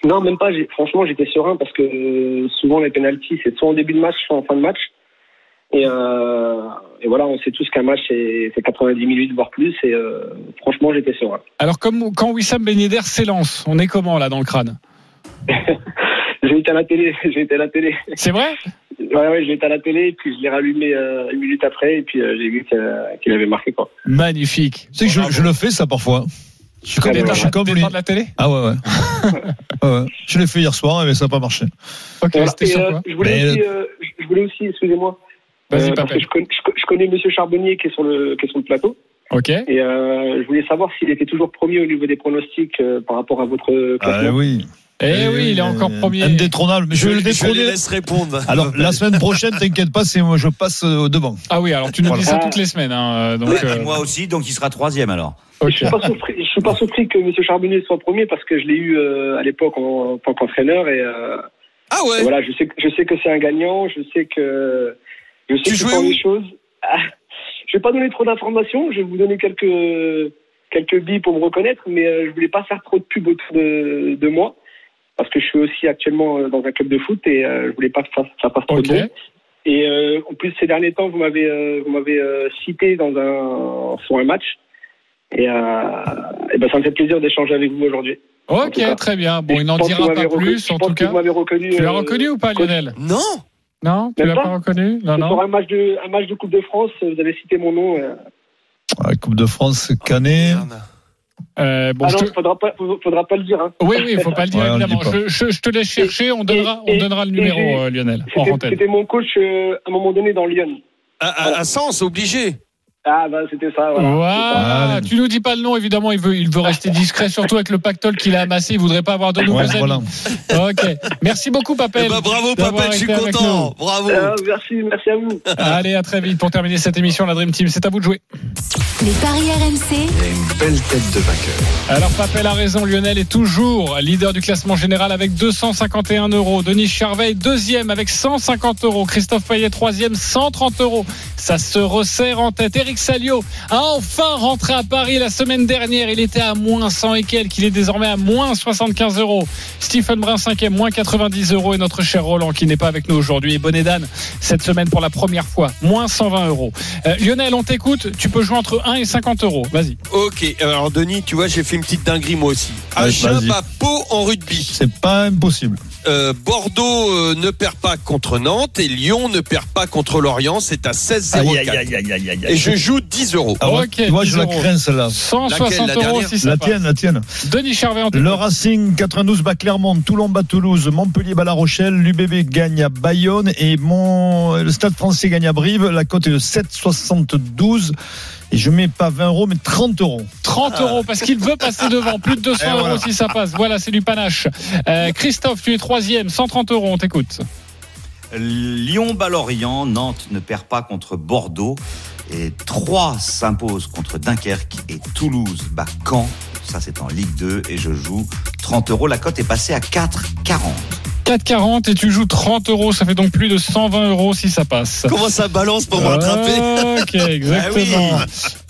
Speaker 9: Non, même pas. J'ai- Franchement, j'étais serein parce que euh, souvent les pénalties, c'est soit en début de match, soit en fin de match. Et, euh, et voilà, on sait tous qu'un match, c'est c'est 90 minutes, voire plus. Et euh, franchement, j'étais serein.
Speaker 1: Alors comme quand Wissam Ben Yedder s'élance, on est comment là dans le crâne
Speaker 9: J'ai été à la télé. J'ai été à la télé.
Speaker 1: C'est vrai
Speaker 9: Ouais, ouais, j'ai été à la télé. Et puis je l'ai rallumé euh, une minute après. Et puis euh, j'ai vu que- qu'il avait marqué, quoi.
Speaker 1: Magnifique.
Speaker 5: Tu sais que je, je le fais ça parfois. Je suis comme,
Speaker 9: T'es
Speaker 5: je
Speaker 9: dans
Speaker 5: suis comme lui.
Speaker 1: de la télé
Speaker 5: Ah ouais, ouais. Ouais, ouais. Je l'ai fait hier soir, mais ça n'a pas marché.
Speaker 1: Ok,
Speaker 9: Voilà.
Speaker 1: c'était
Speaker 9: Et,
Speaker 1: sur
Speaker 9: euh,
Speaker 1: quoi
Speaker 9: je voulais
Speaker 5: Mais-
Speaker 9: aussi, euh, je- je voulais aussi, excusez-moi.
Speaker 1: Vas-y,
Speaker 9: euh, parce
Speaker 1: Papel.
Speaker 9: que je connais, je co- je connais Monsieur Charbonnier qui est sur le, qui est sur le plateau.
Speaker 1: Ok. Eh
Speaker 9: Et euh, je voulais savoir s'il était toujours premier au niveau des pronostics euh, par rapport à votre
Speaker 5: Ah
Speaker 9: classement.
Speaker 5: oui.
Speaker 1: Eh oui, il est encore
Speaker 5: euh,
Speaker 1: premier.
Speaker 5: Indétrônable. Mais je, vais le
Speaker 8: je les
Speaker 5: détrôner.
Speaker 8: laisse répondre.
Speaker 5: Alors, la semaine prochaine, t'inquiète pas, c'est moi, je passe euh, devant.
Speaker 1: Ah oui, alors tu nous
Speaker 5: Voilà.
Speaker 1: dis ça toutes les semaines. hein, euh, donc,
Speaker 4: Ouais, et
Speaker 1: euh,
Speaker 4: Moi aussi, donc il sera troisième alors.
Speaker 1: ok.
Speaker 9: Je suis pas surpris, je suis pas surpris que Monsieur Charbonnier soit premier parce que je l'ai eu euh, à l'époque en, en tant qu'entraîneur et euh,
Speaker 8: Ah ouais
Speaker 9: voilà, je sais, que- je sais que c'est un gagnant, je sais que je sais
Speaker 8: Tu
Speaker 9: que
Speaker 8: jouais
Speaker 9: quand
Speaker 8: où
Speaker 9: les choses. Ah, je vais pas donner trop d'informations, je vais vous donner quelques quelques billes pour me reconnaître, mais euh, je voulais pas faire trop de pub autour de, de moi parce que je suis aussi actuellement euh, dans un club de foot et euh, je voulais pas que ça, ça passe trop
Speaker 1: Ok.
Speaker 9: de monde. Et euh, en plus, ces derniers temps, vous m'avez euh, vous m'avez euh, cité dans un sur un match. Et, euh, et ben, ça me fait plaisir d'échanger avec vous aujourd'hui. en tout cas.
Speaker 1: Ok, très bien. Bon,
Speaker 9: Et
Speaker 1: il
Speaker 9: je
Speaker 1: n'en
Speaker 9: pense que
Speaker 1: dira
Speaker 9: vous
Speaker 1: pas
Speaker 9: m'avez reconnu-
Speaker 1: plus, en
Speaker 9: je pense
Speaker 1: tout
Speaker 9: que
Speaker 1: cas.
Speaker 9: Vous m'avez reconnu.
Speaker 1: Tu l'as
Speaker 9: euh,
Speaker 1: reconnu ou pas,
Speaker 9: coach-
Speaker 1: Lionel
Speaker 8: Non
Speaker 1: Non, tu
Speaker 9: Même
Speaker 1: l'as
Speaker 9: pas
Speaker 1: pas reconnu Non,
Speaker 9: C'est
Speaker 1: non.
Speaker 9: pour un match de un match de Coupe de France. Vous avez cité mon nom. euh.
Speaker 5: Ah, Coupe de France, Canet.
Speaker 8: Merde.
Speaker 1: Euh, bon,
Speaker 9: ah
Speaker 1: je
Speaker 9: non,
Speaker 1: te-
Speaker 9: faudra pas faudra- faudra pas le dire. Hein.
Speaker 1: Oui, oui, il faut pas le dire,
Speaker 5: Ouais, on le
Speaker 1: évidemment.
Speaker 5: dit
Speaker 1: Je, je- je te laisse chercher, on donnera,
Speaker 9: et-
Speaker 1: on donnera le
Speaker 9: et
Speaker 1: numéro,
Speaker 9: j'ai-
Speaker 1: euh, Lionel, en
Speaker 9: C'était-
Speaker 1: antenne.
Speaker 9: C'était mon coach euh, à un moment donné dans Lyon.
Speaker 8: À, à- à Sens, obligé.
Speaker 9: Ah bah c'était ça. Voilà.
Speaker 1: Voilà.
Speaker 5: Allez.
Speaker 1: tu nous dis pas le nom, évidemment, il veut, il veut rester discret, surtout avec le pactole qu'il a amassé, il voudrait pas avoir de
Speaker 5: Ouais,
Speaker 1: nouvelles amis.
Speaker 5: voilà.
Speaker 1: Ok. Merci beaucoup, Papel.
Speaker 8: Eh ben, bravo,
Speaker 1: d'avoir
Speaker 8: Papel, je suis
Speaker 1: été avec
Speaker 8: content. Bravo.
Speaker 9: Euh, merci, merci à vous.
Speaker 1: nous. Allez, à très vite pour terminer cette émission, la Dream Team. C'est à vous de jouer.
Speaker 2: Les paris RMC.
Speaker 15: Il a une belle tête de vainqueur.
Speaker 1: Alors, Papel a raison, Lionel est toujours leader du classement général avec 251 euros. Denis Charvet, deuxième avec 150 euros. Christophe Payet, troisième, 130 euros. Ça se resserre en tête. Eric Salio a enfin rentré à Paris la semaine dernière. Il était à moins 100 et quelques. Il est désormais à moins 75 euros. Stephen Brun, cinquième, moins 90 euros. Et notre cher Roland, qui n'est pas avec nous aujourd'hui, et Bonnet Dan, cette semaine pour la première fois, moins 120 euros. Euh, Lionel, on t'écoute. Tu peux jouer entre 1 et 50 euros. Vas-y.
Speaker 8: Ok, alors Denis, tu vois, j'ai fait une petite dinguerie moi aussi.
Speaker 5: Ouais,
Speaker 8: Achat
Speaker 5: vas-y.
Speaker 8: ma peau en rugby.
Speaker 5: C'est pas impossible.
Speaker 8: euh, Bordeaux euh, ne perd pas contre Nantes et Lyon ne perd pas contre Lorient. C'est à 16-04. Et je joue 10 euros.
Speaker 5: Ah, okay, moi, 10 je euros. la crains, celle-là.
Speaker 1: 160
Speaker 5: Laquelle, la
Speaker 1: euros
Speaker 5: dernière
Speaker 1: si ça
Speaker 5: La
Speaker 1: passe.
Speaker 5: tienne, la tienne.
Speaker 1: Denis Charvet en tête.
Speaker 5: Le Racing 92 bat Clermont, Toulon bat Toulouse, Montpellier bat La Rochelle, l'UBB gagne à Bayonne et mon... euh, le Stade français gagne à Brive. La cote est de 7,72. Et je mets pas 20 euros, mais 30 euros.
Speaker 1: 30 euros parce qu'il veut passer devant. Plus de 200
Speaker 5: Ah. Et
Speaker 1: euros
Speaker 5: voilà.
Speaker 1: si ça passe. Voilà, c'est du panache. Euh, Christophe, tu es troisième. 130 euros, on t'écoute.
Speaker 4: Lyon bat Lorient, Nantes ne perd pas contre Bordeaux et 3 s'impose contre Dunkerque et Toulouse bat Caen. Ça c'est en Ligue 2 et je joue 30 euros. La cote est passée à 4,40.
Speaker 1: 4,40 et tu joues 30 euros. Ça fait donc plus de 120 euros si ça passe.
Speaker 8: Comment ça balance pour me rattraper
Speaker 1: Ok,
Speaker 5: Ah
Speaker 1: exactement.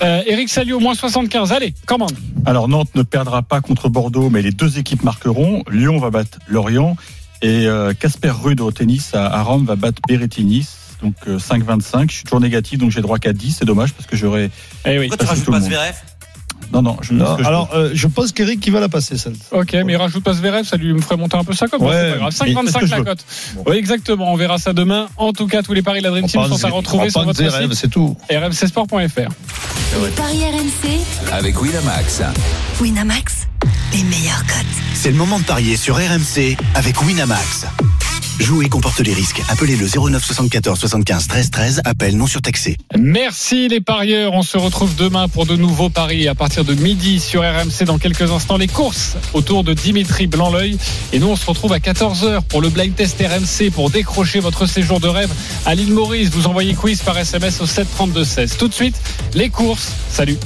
Speaker 1: Euh, Eric Salio, moins 75. Allez, commande.
Speaker 7: Alors Nantes ne perdra pas contre Bordeaux, mais les deux équipes marqueront. Lyon va battre Lorient et euh, Casper Ruud au tennis à, à Rome va battre Berrettini. Donc euh, 5-25. Je suis toujours négatif, donc j'ai droit qu'à 10. C'est dommage parce que j'aurais.
Speaker 1: Eh oui.
Speaker 4: Pourquoi tu rajoutes Ah, pas Zverev
Speaker 7: Non, non. Je, parce que je-
Speaker 5: Alors, euh, je pense qu'Eric, il va la passer, celle
Speaker 1: Ok, mais rajoute pas Zverev, ça lui me ferait monter un peu ça comme
Speaker 5: Ouais,
Speaker 1: c'est pas grave.
Speaker 5: mais
Speaker 1: 5,25
Speaker 5: c'est ce
Speaker 1: la
Speaker 5: que je veux.
Speaker 1: cote. Oui, exactement. On verra ça demain. En tout cas, tous les paris de la Dream Team sont à retrouver sur votre
Speaker 5: rêves,
Speaker 1: site
Speaker 5: c'est tout.
Speaker 1: rmcsport.fr.
Speaker 2: Les paris RMC,
Speaker 12: Mmh.
Speaker 6: Avec Winamax.
Speaker 2: Winamax, les meilleurs cotes.
Speaker 12: C'est le moment de parier sur RMC avec Winamax. Jouer comporte les risques. Appelez le 09 74 75 13 13. Appel non surtaxé.
Speaker 1: Merci les parieurs. On se retrouve demain pour de nouveaux paris à partir de midi sur RMC. Dans quelques instants, les courses autour de Dimitri Blanc-L'œil. Et nous, on se retrouve à 14h pour le blind test RMC pour décrocher votre séjour de rêve à l'île Maurice. Vous envoyez quiz par SMS au 732-16. Tout de suite, les courses. Salut.